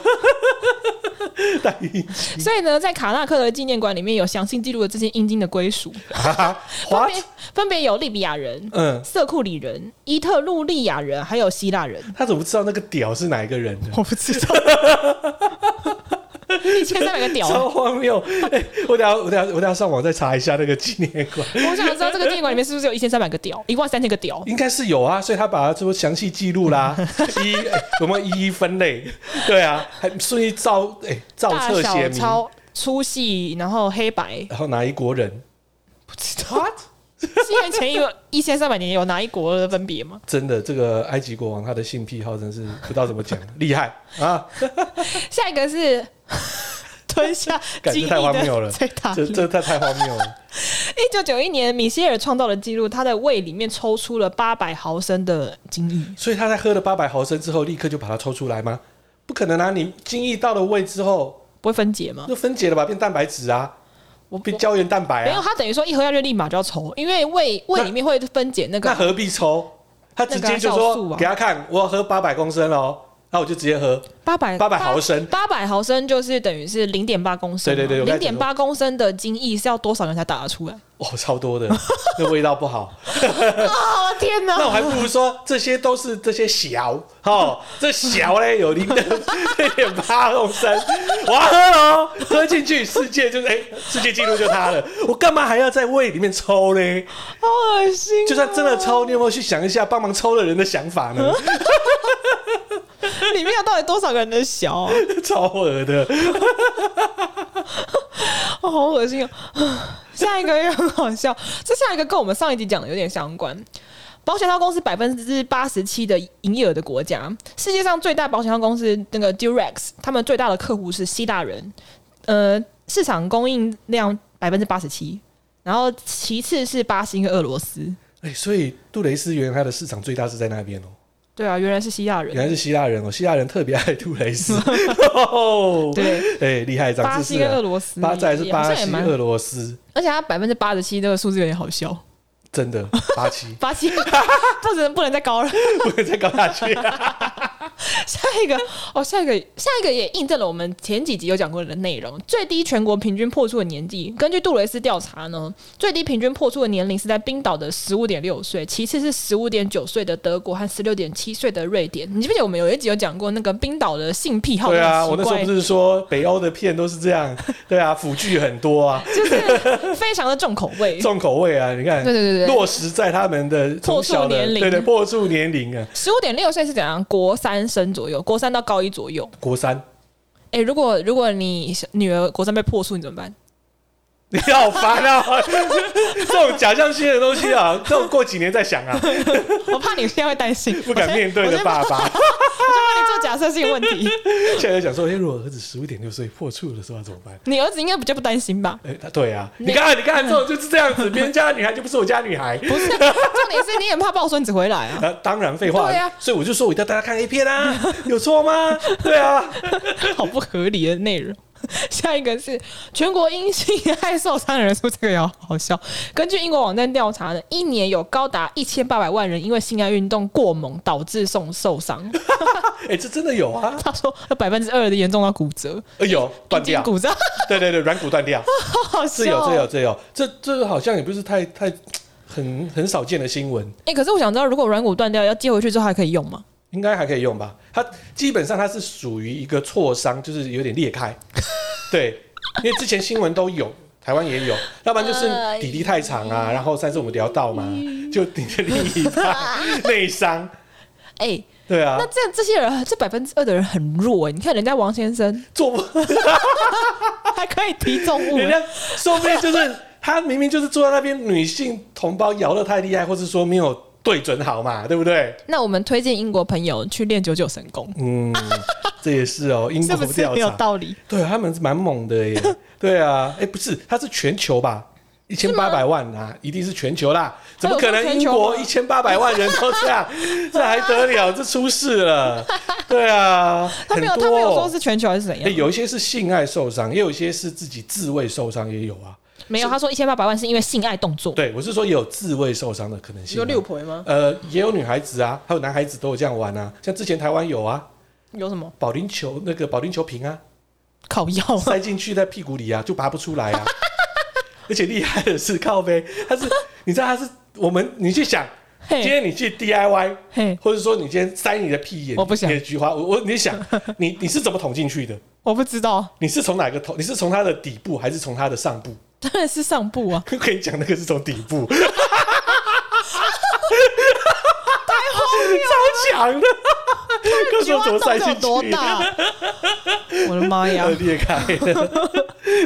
Speaker 3: 戴音
Speaker 2: 所以呢，在卡纳克的纪念馆里面有详细记录了这些阴茎的归属，
Speaker 3: 啊，
Speaker 2: 分
Speaker 3: 花
Speaker 2: 别分别有利比亚人、
Speaker 3: 嗯，
Speaker 2: 色库里人、伊特鲁利亚人，还有希腊人。
Speaker 3: 他怎么不知道那个屌是哪一个人的？
Speaker 2: 我不知道，一千三百个屌啊！
Speaker 3: 超荒谬！哎、我等下我等下我等下上网再查一下那个纪念馆，
Speaker 2: 我想知道这个电影馆里面是不是有一千三百个屌，一万三千个屌？
Speaker 3: 应该是有啊，所以他把它做详细记 录啦，一、哎我们一一分类，对啊，还顺序照哎、照
Speaker 2: 大
Speaker 3: 册写
Speaker 2: 小、
Speaker 3: 明，
Speaker 2: 超、粗细，然后黑白。
Speaker 3: 然后哪一国人？
Speaker 2: 不知道，西元前有一千三百年有哪一国的分别吗？
Speaker 3: 真的，这个埃及国王他的性癖好真是不知道怎 么讲，厉害啊！
Speaker 2: 下一个 是吞下
Speaker 3: 感
Speaker 2: 精
Speaker 3: 觉
Speaker 2: 益
Speaker 3: 太荒谬
Speaker 2: 的
Speaker 3: 了
Speaker 2: 最大
Speaker 3: 这
Speaker 2: 力
Speaker 3: 这太太荒谬了，
Speaker 2: 一九九一年，米歇尔创造了记录，他的胃里面抽出了八百毫升的精液。
Speaker 3: 所以他在喝了八百毫升之后，立刻就把它抽出来吗？不可能啊！你精液到了胃之后，
Speaker 2: 不会分解吗？
Speaker 3: 就分解了吧，变蛋白质啊，
Speaker 2: 我
Speaker 3: 变胶原蛋白
Speaker 2: 没有，
Speaker 3: 啊，
Speaker 2: 他等于说一喝下去立马就要抽，因为胃胃里面会分解那个啊
Speaker 3: 那何必抽？他直接
Speaker 2: 那个
Speaker 3: 就
Speaker 2: 啊酵素
Speaker 3: 说
Speaker 2: 啊
Speaker 3: 给他看，我要喝八百公升哦。那我就直接喝。
Speaker 2: 八百
Speaker 3: 800毫升
Speaker 2: 八百毫升就是等于是零点八公升嘛，
Speaker 3: 对对对我刚
Speaker 2: 零
Speaker 3: 才讲
Speaker 2: 点
Speaker 3: 说
Speaker 2: 八公升的精液是要多少人才打得出来？
Speaker 3: 哦，超 多的，那味道不好。
Speaker 2: 哦天
Speaker 3: 那我
Speaker 2: 哪！
Speaker 3: 还不如说这些都是这些小哦，这小嘞有零点点八公升，我要喝了哦，喝进去世界就是哎、世界纪录就它了，我干嘛还要在胃里面抽嘞？
Speaker 2: 好恶心、
Speaker 3: 就算真的抽，你有没有去想一下帮忙抽的人的想 法呢？
Speaker 2: 里面有到底多少个人的小啊、
Speaker 3: 超恶的，
Speaker 2: 哦，好恶心哦！ 下一个也很好笑，这下一个跟我们上一集讲的有点相关。保险套公司百分之八十七的营业额的国家，世界上最大保险套公司那个 Durex，他们最大的客户是希腊人，呃，市场供应量百分之八十七，然后其次是巴西跟俄罗斯。
Speaker 3: 哎、所以杜蕾斯原来它的市场最大是在那边哦，
Speaker 2: 对啊，原来是希腊人。
Speaker 3: 原来是希腊人哦，希腊人特别爱杜 蕾斯，哦、
Speaker 2: 对，
Speaker 3: 哎，厉害，长
Speaker 2: 巴
Speaker 3: 知
Speaker 2: 西
Speaker 3: 识
Speaker 2: 跟俄
Speaker 3: 了。
Speaker 2: 罗斯，
Speaker 3: 巴再来是
Speaker 2: 好
Speaker 3: 巴
Speaker 2: 像也
Speaker 3: 西、
Speaker 2: 蛮
Speaker 3: 俄罗斯，
Speaker 2: 而且它百分之八十七这个数字有点好笑。，
Speaker 3: 真的 巴西
Speaker 2: 巴西，不能不能再高了。
Speaker 3: 不能再搞下去、
Speaker 2: 下一个哦，下一个下一个也印证了我们前几集有讲过的内容。最低全国平均破处的年纪，根据杜蕾斯调查呢，最低平均破处的年龄是在冰岛的十五点六岁，其次是十五点九岁的德国和十六点七岁的瑞典。你记不记得我们有一集有讲过那个冰岛的性癖好？
Speaker 3: 对啊，我那时候
Speaker 2: 怪，
Speaker 3: 不是说北欧的片都是 这样，对啊，腐剧很多啊，
Speaker 2: 就是非常的重口味。
Speaker 3: 重口味啊，你看，
Speaker 2: 对对对对
Speaker 3: 落实在他们的从
Speaker 2: 破
Speaker 3: 小
Speaker 2: 处
Speaker 3: 的
Speaker 2: 年龄
Speaker 3: 对对破处年龄啊，
Speaker 2: 十五点六岁是怎样？国三生左右，国三到高一左右。
Speaker 3: 国三，
Speaker 2: 诶，如果如果你女儿国三被破处，你怎么办？
Speaker 3: 你好烦 啊，这种假象性的东西啊，这种过几年再想啊，
Speaker 2: 我怕你现在会担心，
Speaker 3: 不敢面对
Speaker 2: 我先
Speaker 3: 的爸爸，
Speaker 2: 我先帮你做假设性问题。
Speaker 3: 现在想说，哎、如果儿子十五点六岁破处的时候要怎么办？
Speaker 2: 你儿子应该比较不担心 吧？
Speaker 3: 哎、他对啊，你看，你看，这种就是这样子，别人家的女孩就不是我家女孩。
Speaker 2: 不是，重点是你也怕抱孙子回来啊。
Speaker 3: 啊，当然废话，
Speaker 2: 对啊
Speaker 3: 所以我就说我一定要带他看 A 片 啊，有错吗？对啊，
Speaker 2: 好不合理的内容。 下一个是全国因性爱受伤人数，这个也好好笑。根据英国网站调查呢，一年有高达一千八百万人因为性爱运动过猛导致受受伤。
Speaker 3: 哎、这真的有啊，
Speaker 2: 他说有百分之二的严重到骨折，
Speaker 3: 呃有断
Speaker 2: 筋
Speaker 3: 掉，
Speaker 2: 骨折，
Speaker 3: 对对对，软骨断掉，
Speaker 2: 好好
Speaker 3: 这
Speaker 2: 笑、
Speaker 3: 有
Speaker 2: 哦。
Speaker 3: 这有这有，这这好像也不是太太很很少见的新闻，
Speaker 2: 哎、可是我想知道，如果软骨断掉要接回去之后还可以用吗？
Speaker 3: 应该还可以用吧？它基本上它是属于一个挫伤，就是有点 裂开，对，因为之前新闻都有。台湾也有，要不然就是
Speaker 2: 呃
Speaker 3: 底底太长啊，
Speaker 2: 嗯
Speaker 3: 然后上次我们聊到嘛，就顶着另一半 内伤，
Speaker 2: 哎、
Speaker 3: 对啊
Speaker 2: 那，这这些人，这百分之二的人很弱哎、你看人家王先 生
Speaker 3: 做不，
Speaker 2: 嗯还可以提重物、哎
Speaker 3: 人家说不定就是他明明就是坐在那边，女性同胞摇得太厉害，或是说没有对准好嘛，对不对？
Speaker 2: 那我们推荐英国朋友去练九九神功，
Speaker 3: 嗯，这也是哦，英
Speaker 2: 是
Speaker 3: 国
Speaker 2: 不是
Speaker 3: 调
Speaker 2: 很有
Speaker 3: 查，
Speaker 2: 道理？
Speaker 3: 对他们是蛮猛的耶。 对啊，哎，不是，它是全球吧？一千八百万啊，一定是全球啦，怎么可能英国一千八百万人都 这样？这还得了？这出事了。对啊，
Speaker 2: 他
Speaker 3: 很
Speaker 2: 没有，他
Speaker 3: 多
Speaker 2: 没有说
Speaker 3: 哦。
Speaker 2: 是全球还是怎
Speaker 3: 哎，
Speaker 2: 样？
Speaker 3: 有一些是性爱受伤，也有一些是自己自慰受伤，也有啊。
Speaker 2: 没有，他说一千八百万是因为性爱动作。
Speaker 3: 对，我是说也有自慰受伤的可能性、啊。
Speaker 2: 婆吗？
Speaker 3: 呃，也有女孩子啊，还有男孩子都有这样玩啊，像之前台湾有啊，
Speaker 2: 有什么
Speaker 3: 保龄球那个保龄球瓶啊，
Speaker 2: 烤药啊？
Speaker 3: 塞进去在屁股里啊，就拔不出 来啊。而且厉害的是靠背，它是你知道它是我们你去想，今
Speaker 2: 嘿，
Speaker 3: 天你去 DIY，
Speaker 2: 嘿，
Speaker 3: 或者说你今天塞你的屁眼，
Speaker 2: 我不想
Speaker 3: 你的菊花，我我 你想你你是怎么捅进去的？
Speaker 2: 我不知道，
Speaker 3: 你是从哪个捅？你是从它的底部还是从它的上部？
Speaker 2: 当然是上部 啊，
Speaker 3: 可以讲那个是从底 部，太超强的， 告诉
Speaker 2: 菊
Speaker 3: 我
Speaker 2: 花
Speaker 3: 怎么塞
Speaker 2: 洞有
Speaker 3: 进
Speaker 2: 多
Speaker 3: 去，
Speaker 2: 大？我的妈呀
Speaker 3: 呃！ 裂开 了。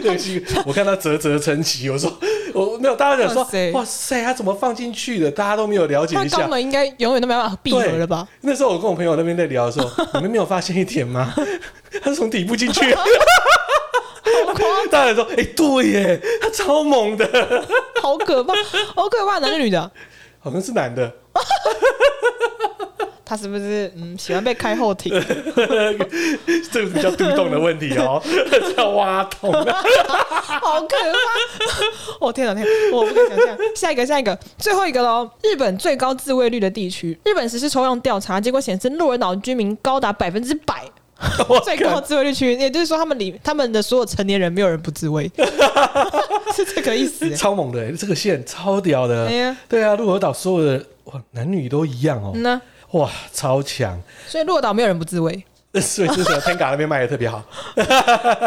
Speaker 3: 对是我看他啧啧称奇，我说 我没有，大家想
Speaker 2: 哇塞
Speaker 3: 说，哇塞，他怎么放进去的？大家都没有了解
Speaker 2: 他
Speaker 3: 一
Speaker 2: 肛
Speaker 3: 下。
Speaker 2: 门应该永远都没办法闭合
Speaker 3: 对
Speaker 2: 了吧？？
Speaker 3: 那时候我跟我朋友那边在聊 的时候，你们没有发现一点吗？ 他是从底部进 去。大家说，哎、对耶，他超猛的，
Speaker 2: 好可怕，好可怕！男的女的？
Speaker 3: 好像是男的。
Speaker 2: 他是不是嗯喜欢被开后庭？
Speaker 3: 这个比较独栋的问题哦， 叫挖洞 啊，
Speaker 2: 好可怕！ 我、天哪，天哪，我不敢想象。下一个，下一个，最后一个喽。日本最高自卫率的地区，日本实施抽样调查，结果显示鹿儿岛居民高达百分之百。 最高自卫率
Speaker 3: Oh
Speaker 2: 区，也就是说，他们里他们的所有成年人，没有人不自卫， 是这个意思、 欸。
Speaker 3: 超猛的、欸，这个线超屌的。
Speaker 2: 哎呀
Speaker 3: 对啊，鹿儿岛所有的哇，男女都一样哦，
Speaker 2: 嗯呢、
Speaker 3: 哇，超强！
Speaker 2: 所以鹿儿岛没有人不自卫
Speaker 3: 所以这个 Tenga 那边卖的特别好。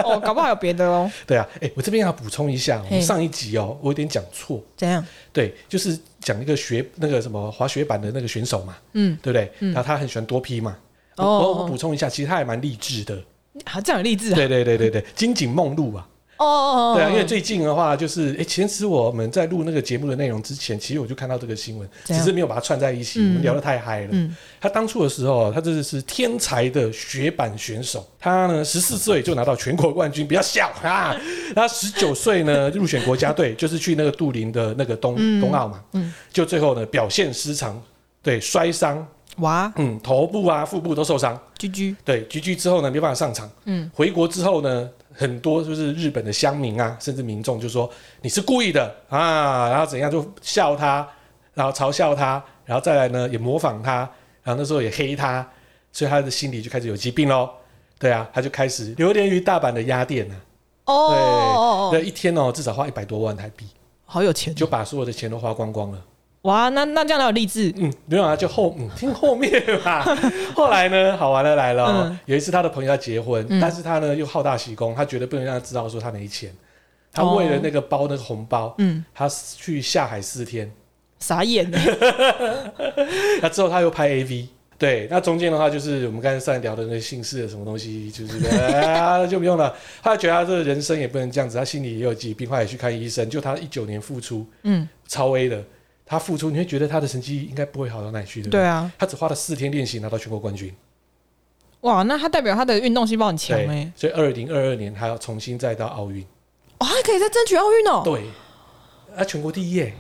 Speaker 2: 哦，搞不好有别的哦。
Speaker 3: 对啊，哎、我这边要补充一下，我
Speaker 2: 嘿
Speaker 3: 们上一集哦，我有点讲错，
Speaker 2: 怎样？
Speaker 3: 对，就是讲一个学那个什么滑雪板的那个选手嘛，
Speaker 2: 嗯，
Speaker 3: 对不对？然后他很喜欢多批嘛。我
Speaker 2: 哦
Speaker 3: 我我补充一下，其实他还蛮励志的。
Speaker 2: 啊，这样有励志啊！
Speaker 3: 对对对对对，金井梦露啊，
Speaker 2: 哦哦哦，
Speaker 3: 对啊，因为最近的话就是，哎，其实我们在录那个节目的内容之前，其实我就看到这个新闻，
Speaker 2: 怎
Speaker 3: 只
Speaker 2: 样
Speaker 3: 是没有把它串在一起，我们聊得太嗨了。
Speaker 2: 嗯
Speaker 3: 他当初的时候，他真的是天才的雪板选手，他呢十四岁就拿到全国冠军，比较小啊。他十九岁呢入选国家队，就是去那个杜林的那个冬、
Speaker 2: 嗯
Speaker 3: 冬奥嘛，就最后呢表现失常，对，摔伤，
Speaker 2: 哇，
Speaker 3: 嗯，头部啊腹部都受伤，
Speaker 2: 居居，
Speaker 3: 对，局局之后呢，没办法上场。嗯，回国之后呢，很多就是日本的乡民啊，甚至民众就说你是故意的啊，然后怎样就笑他，然后嘲笑他，然后再来呢也模仿他，然后那时候也黑他，所以他的心理就开始有疾病喽。对啊，他就开始流连于大阪的鸭店啊，
Speaker 2: 哦
Speaker 3: 对，
Speaker 2: 哦哦
Speaker 3: 那
Speaker 2: 哦，
Speaker 3: 一天哦至少花一百多万台币，
Speaker 2: 好有钱哦，
Speaker 3: 就把所有的钱都花光光了。
Speaker 2: 哇，那那这样有励志，
Speaker 3: 嗯，没有啊，就后嗯听后面吧。 后来呢，好玩的来了哦、
Speaker 2: 嗯
Speaker 3: 有一次他的朋友要结婚，但是他呢又好大喜功，他觉得不能让他知道说他没钱，他为了那个包那个红包，
Speaker 2: 嗯，
Speaker 3: 他去下海四天，
Speaker 2: 傻眼呢。
Speaker 3: 那之后他又拍 AV。对，那中间的话就是我们刚才上来聊的那个姓氏的什么东西，就是 啊就不用了。他觉得他这人生也不能这样子，他心里也有疾病，后来也去看医生。就他一九年付出
Speaker 2: 嗯，
Speaker 3: 超 A 的，他付出你会觉得他的成绩应该不会好到哪里 去，对不
Speaker 2: 对啊，
Speaker 3: 他只花了四天练习拿到全国冠军，
Speaker 2: 哇，那他代表他的运动细胞很强
Speaker 3: 对，
Speaker 2: 哎、
Speaker 3: 所以二零二二年他要重新再到奥运，
Speaker 2: 哦，还可以再争取奥运哦，
Speaker 3: 对，啊，全国第一耶，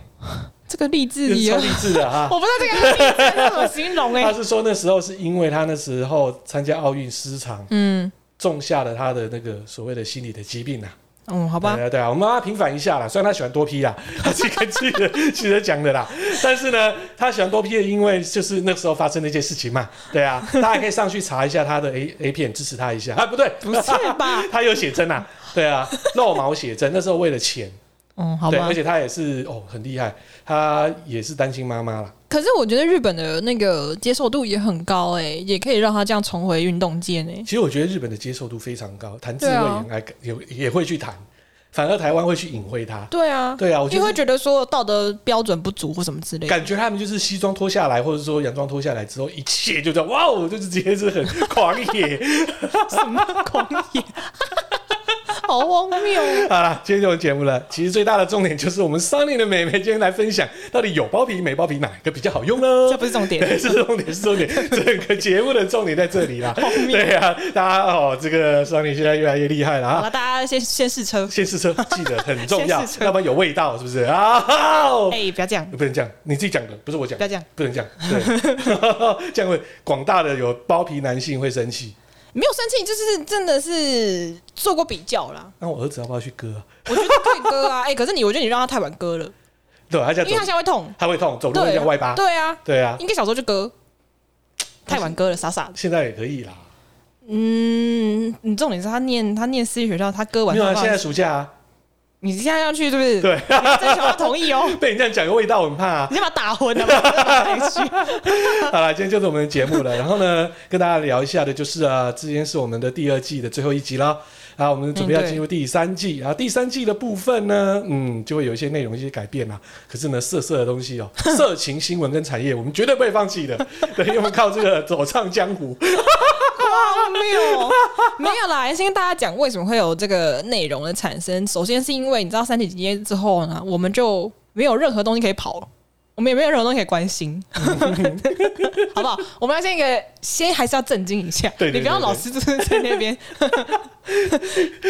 Speaker 2: 这个励志
Speaker 3: 这
Speaker 2: 力
Speaker 3: 是超
Speaker 2: 啊，
Speaker 3: 励志的啊！
Speaker 2: 我不知道这个励志要怎么形容哎、
Speaker 3: 他是说那时候是因为他那时候参加奥运失常，
Speaker 2: 嗯，
Speaker 3: 种下了他的那个所谓的心理的疾病啊。
Speaker 2: 嗯，好吧，
Speaker 3: 对啊，对啊，我们帮他平反一下啦。虽然他喜欢多批啦， 他是跟记者记者讲的啦， 但是呢，他喜欢多批的，因为就是那时候发生的一件事情嘛。对啊，大家可以上去查一下他的 A A 片，支持他一下啊，不对，
Speaker 2: 不是 吧？
Speaker 3: 他有写真啊，对啊，肉毛写真，那时候为了钱，
Speaker 2: 嗯，好
Speaker 3: 对，
Speaker 2: 吧
Speaker 3: 而。且他也是哦很厉害，他也是单亲妈妈啦，
Speaker 2: 可是我觉得日本的那个接受度也很高哎、也可以让他这样重回运动界呢、
Speaker 3: 其实我觉得日本的接受度非常高，谈智
Speaker 2: 对
Speaker 3: 慧
Speaker 2: 啊
Speaker 3: 也爱也也会去谈，反而台湾会去隐晦他，
Speaker 2: 对啊，
Speaker 3: 对啊，我觉
Speaker 2: 因为
Speaker 3: 得。
Speaker 2: 觉得说道德标准不足或什么之类的。
Speaker 3: 感觉他们就是西装脱下来，或者说洋装脱下来之后，一切就叫哇哦，就是直接是很狂野。
Speaker 2: 什么狂野？ 好荒谬哦！
Speaker 3: 好啦，今天就有节目了。其实最大的重点就是我们 Sunny 的妹妹今天来分享，到底有包皮没包皮哪一个比较好用呢？
Speaker 2: 这不是重点。
Speaker 3: 对， 是重点，是重 点，整个节目的重点在这里啦。对啊，大家哦，这个桑尼现在越来越厉害了
Speaker 2: 好
Speaker 3: 啊！
Speaker 2: 了，大家先先试车。
Speaker 3: 先试车记得很重要
Speaker 2: 先试，车
Speaker 3: 要不然有味道，是不是啊？
Speaker 2: 哎、不要这样，
Speaker 3: 不能这样，你自己讲的，不是我讲
Speaker 2: 不。要这样。
Speaker 3: 不能这样， 对， 这样会广大的有包皮男性会生气。
Speaker 2: 没有生气，就是真的是做过比较 啦。
Speaker 3: 那我儿子要不要去割、啊？
Speaker 2: 我觉得可以割啊，哎、可是你，我觉得你让他太晚割了，
Speaker 3: 对，他这样
Speaker 2: 因为
Speaker 3: 走
Speaker 2: 他现，在会痛。
Speaker 3: 他会痛，走路会
Speaker 2: 对
Speaker 3: 这样外八。
Speaker 2: 对啊，
Speaker 3: 对啊，
Speaker 2: 应该小时候就割，太晚割了，傻傻的。
Speaker 3: 现在也可以啦。
Speaker 2: 嗯，你重点是他念他念私立学校，他割完
Speaker 3: 没有
Speaker 2: 他
Speaker 3: 啊，
Speaker 2: 放
Speaker 3: 现在暑假啊，
Speaker 2: 你现在要去是不是？
Speaker 3: 对，
Speaker 2: 征求他同意 哦，
Speaker 3: 被你这样讲有味道，我很怕啊。
Speaker 2: 你先把他打昏 了，把他带去。
Speaker 3: 好了，今天就是我们的节目了。然后呢，跟大家聊一下的就是啊，今天是我们的第二季的最后一集了。啊，我们准备要进入第三季，然后第三季的部分呢，嗯，就会有一些内容一些改变啦。可是呢，色色的东西哦，色情新闻跟产业，我们绝对不会放弃的。对，因为我们靠这个走上江湖。
Speaker 2: 荒谬，没有啦，还是跟大家讲为什么会有这个内容的产生。首先是因为你知道三体结束之后呢，我们就没有任何东西可以跑了。我们也没有什么东西可以关 心，好不好？我们要先一个，先还是要震惊一下。
Speaker 3: 对对对
Speaker 2: 你不要
Speaker 3: 对
Speaker 2: 老是就是在那边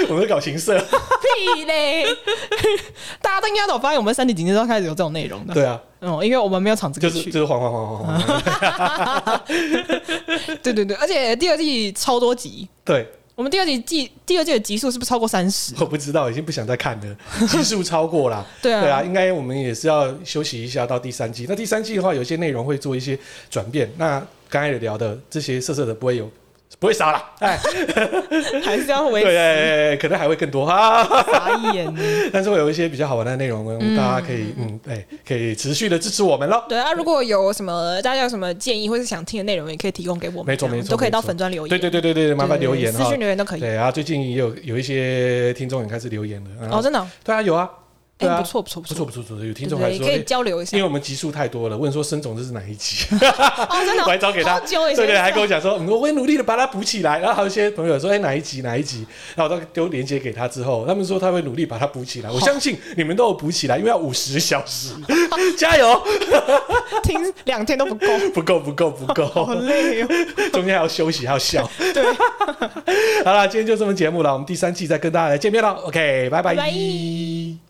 Speaker 3: 我们在搞情色，
Speaker 2: 屁嘞！大家都应该都有发现，我们三体警戒都开始有这种内容的。
Speaker 3: 对啊，
Speaker 2: 嗯，因为我们没有场子可
Speaker 3: 就
Speaker 2: 以
Speaker 3: 是
Speaker 2: 去。
Speaker 3: 就是晃晃晃晃晃，
Speaker 2: 对对对，而且第二季超多集，
Speaker 3: 对，
Speaker 2: 我们第二季季第二季的集数是不是超过三 十？
Speaker 3: 我不知道，已经不想再看 了，集数超过啦。
Speaker 2: 对啊
Speaker 3: 对啊，应该我们也是要休息一下到第三季。那第三季的话，有些内容会做一些转变。那刚才聊的这些色色的不会有，不会少啦。哎，
Speaker 2: 还是要维持
Speaker 3: 对对对，可能还会更多 哈。
Speaker 2: 傻眼呢？
Speaker 3: 但是会有一些比较好玩的内容，大家可以嗯，哎，可以持续的支持我们喽。
Speaker 2: 对啊，如果有什么大家有什么建议或是想听的内容，也可以提供给我们，
Speaker 3: 没
Speaker 2: 这
Speaker 3: 错
Speaker 2: 样
Speaker 3: 没错
Speaker 2: 都可以到
Speaker 3: 没错
Speaker 2: 粉专留言。
Speaker 3: 对对对对对，麻烦
Speaker 2: 对
Speaker 3: 留言
Speaker 2: 私
Speaker 3: 哈
Speaker 2: 信。留言都可以。
Speaker 3: 对啊，最近也有有一些听众也开始留言了。
Speaker 2: 哦，
Speaker 3: 啊，
Speaker 2: 真的哦，
Speaker 3: 对啊，有啊，对
Speaker 2: 哎，
Speaker 3: 啊，
Speaker 2: 不错不错不
Speaker 3: 不
Speaker 2: 错
Speaker 3: 错，不错不错，有听
Speaker 2: 对
Speaker 3: 众
Speaker 2: 不
Speaker 3: 还
Speaker 2: 对？
Speaker 3: 说，
Speaker 2: 可以
Speaker 3: 哎
Speaker 2: 交流一下
Speaker 3: 因为。我们集数太多了，问说孙总这是哪一集？
Speaker 2: 哦，真的哦，
Speaker 3: 我还找给他，
Speaker 2: 好久以前
Speaker 3: 对对，还跟我
Speaker 2: 我
Speaker 3: 讲说，嗯我会努力的把它补起来。然后还有一些朋友说，哎、哪一集哪一集，然后我都丢链接给他之后，他们说他会努力把它补起来。我相信你们都有补起来，因为要五十小时， 加油！
Speaker 2: 听两天都不够，
Speaker 3: 不够，不够，不
Speaker 2: 好
Speaker 3: 够，
Speaker 2: 累哦。
Speaker 3: 中间还要休息，还要笑。 对，好了，今天就这么节目了，我们第三季再跟大家来见面了。OK，拜
Speaker 2: 拜拜
Speaker 3: 拜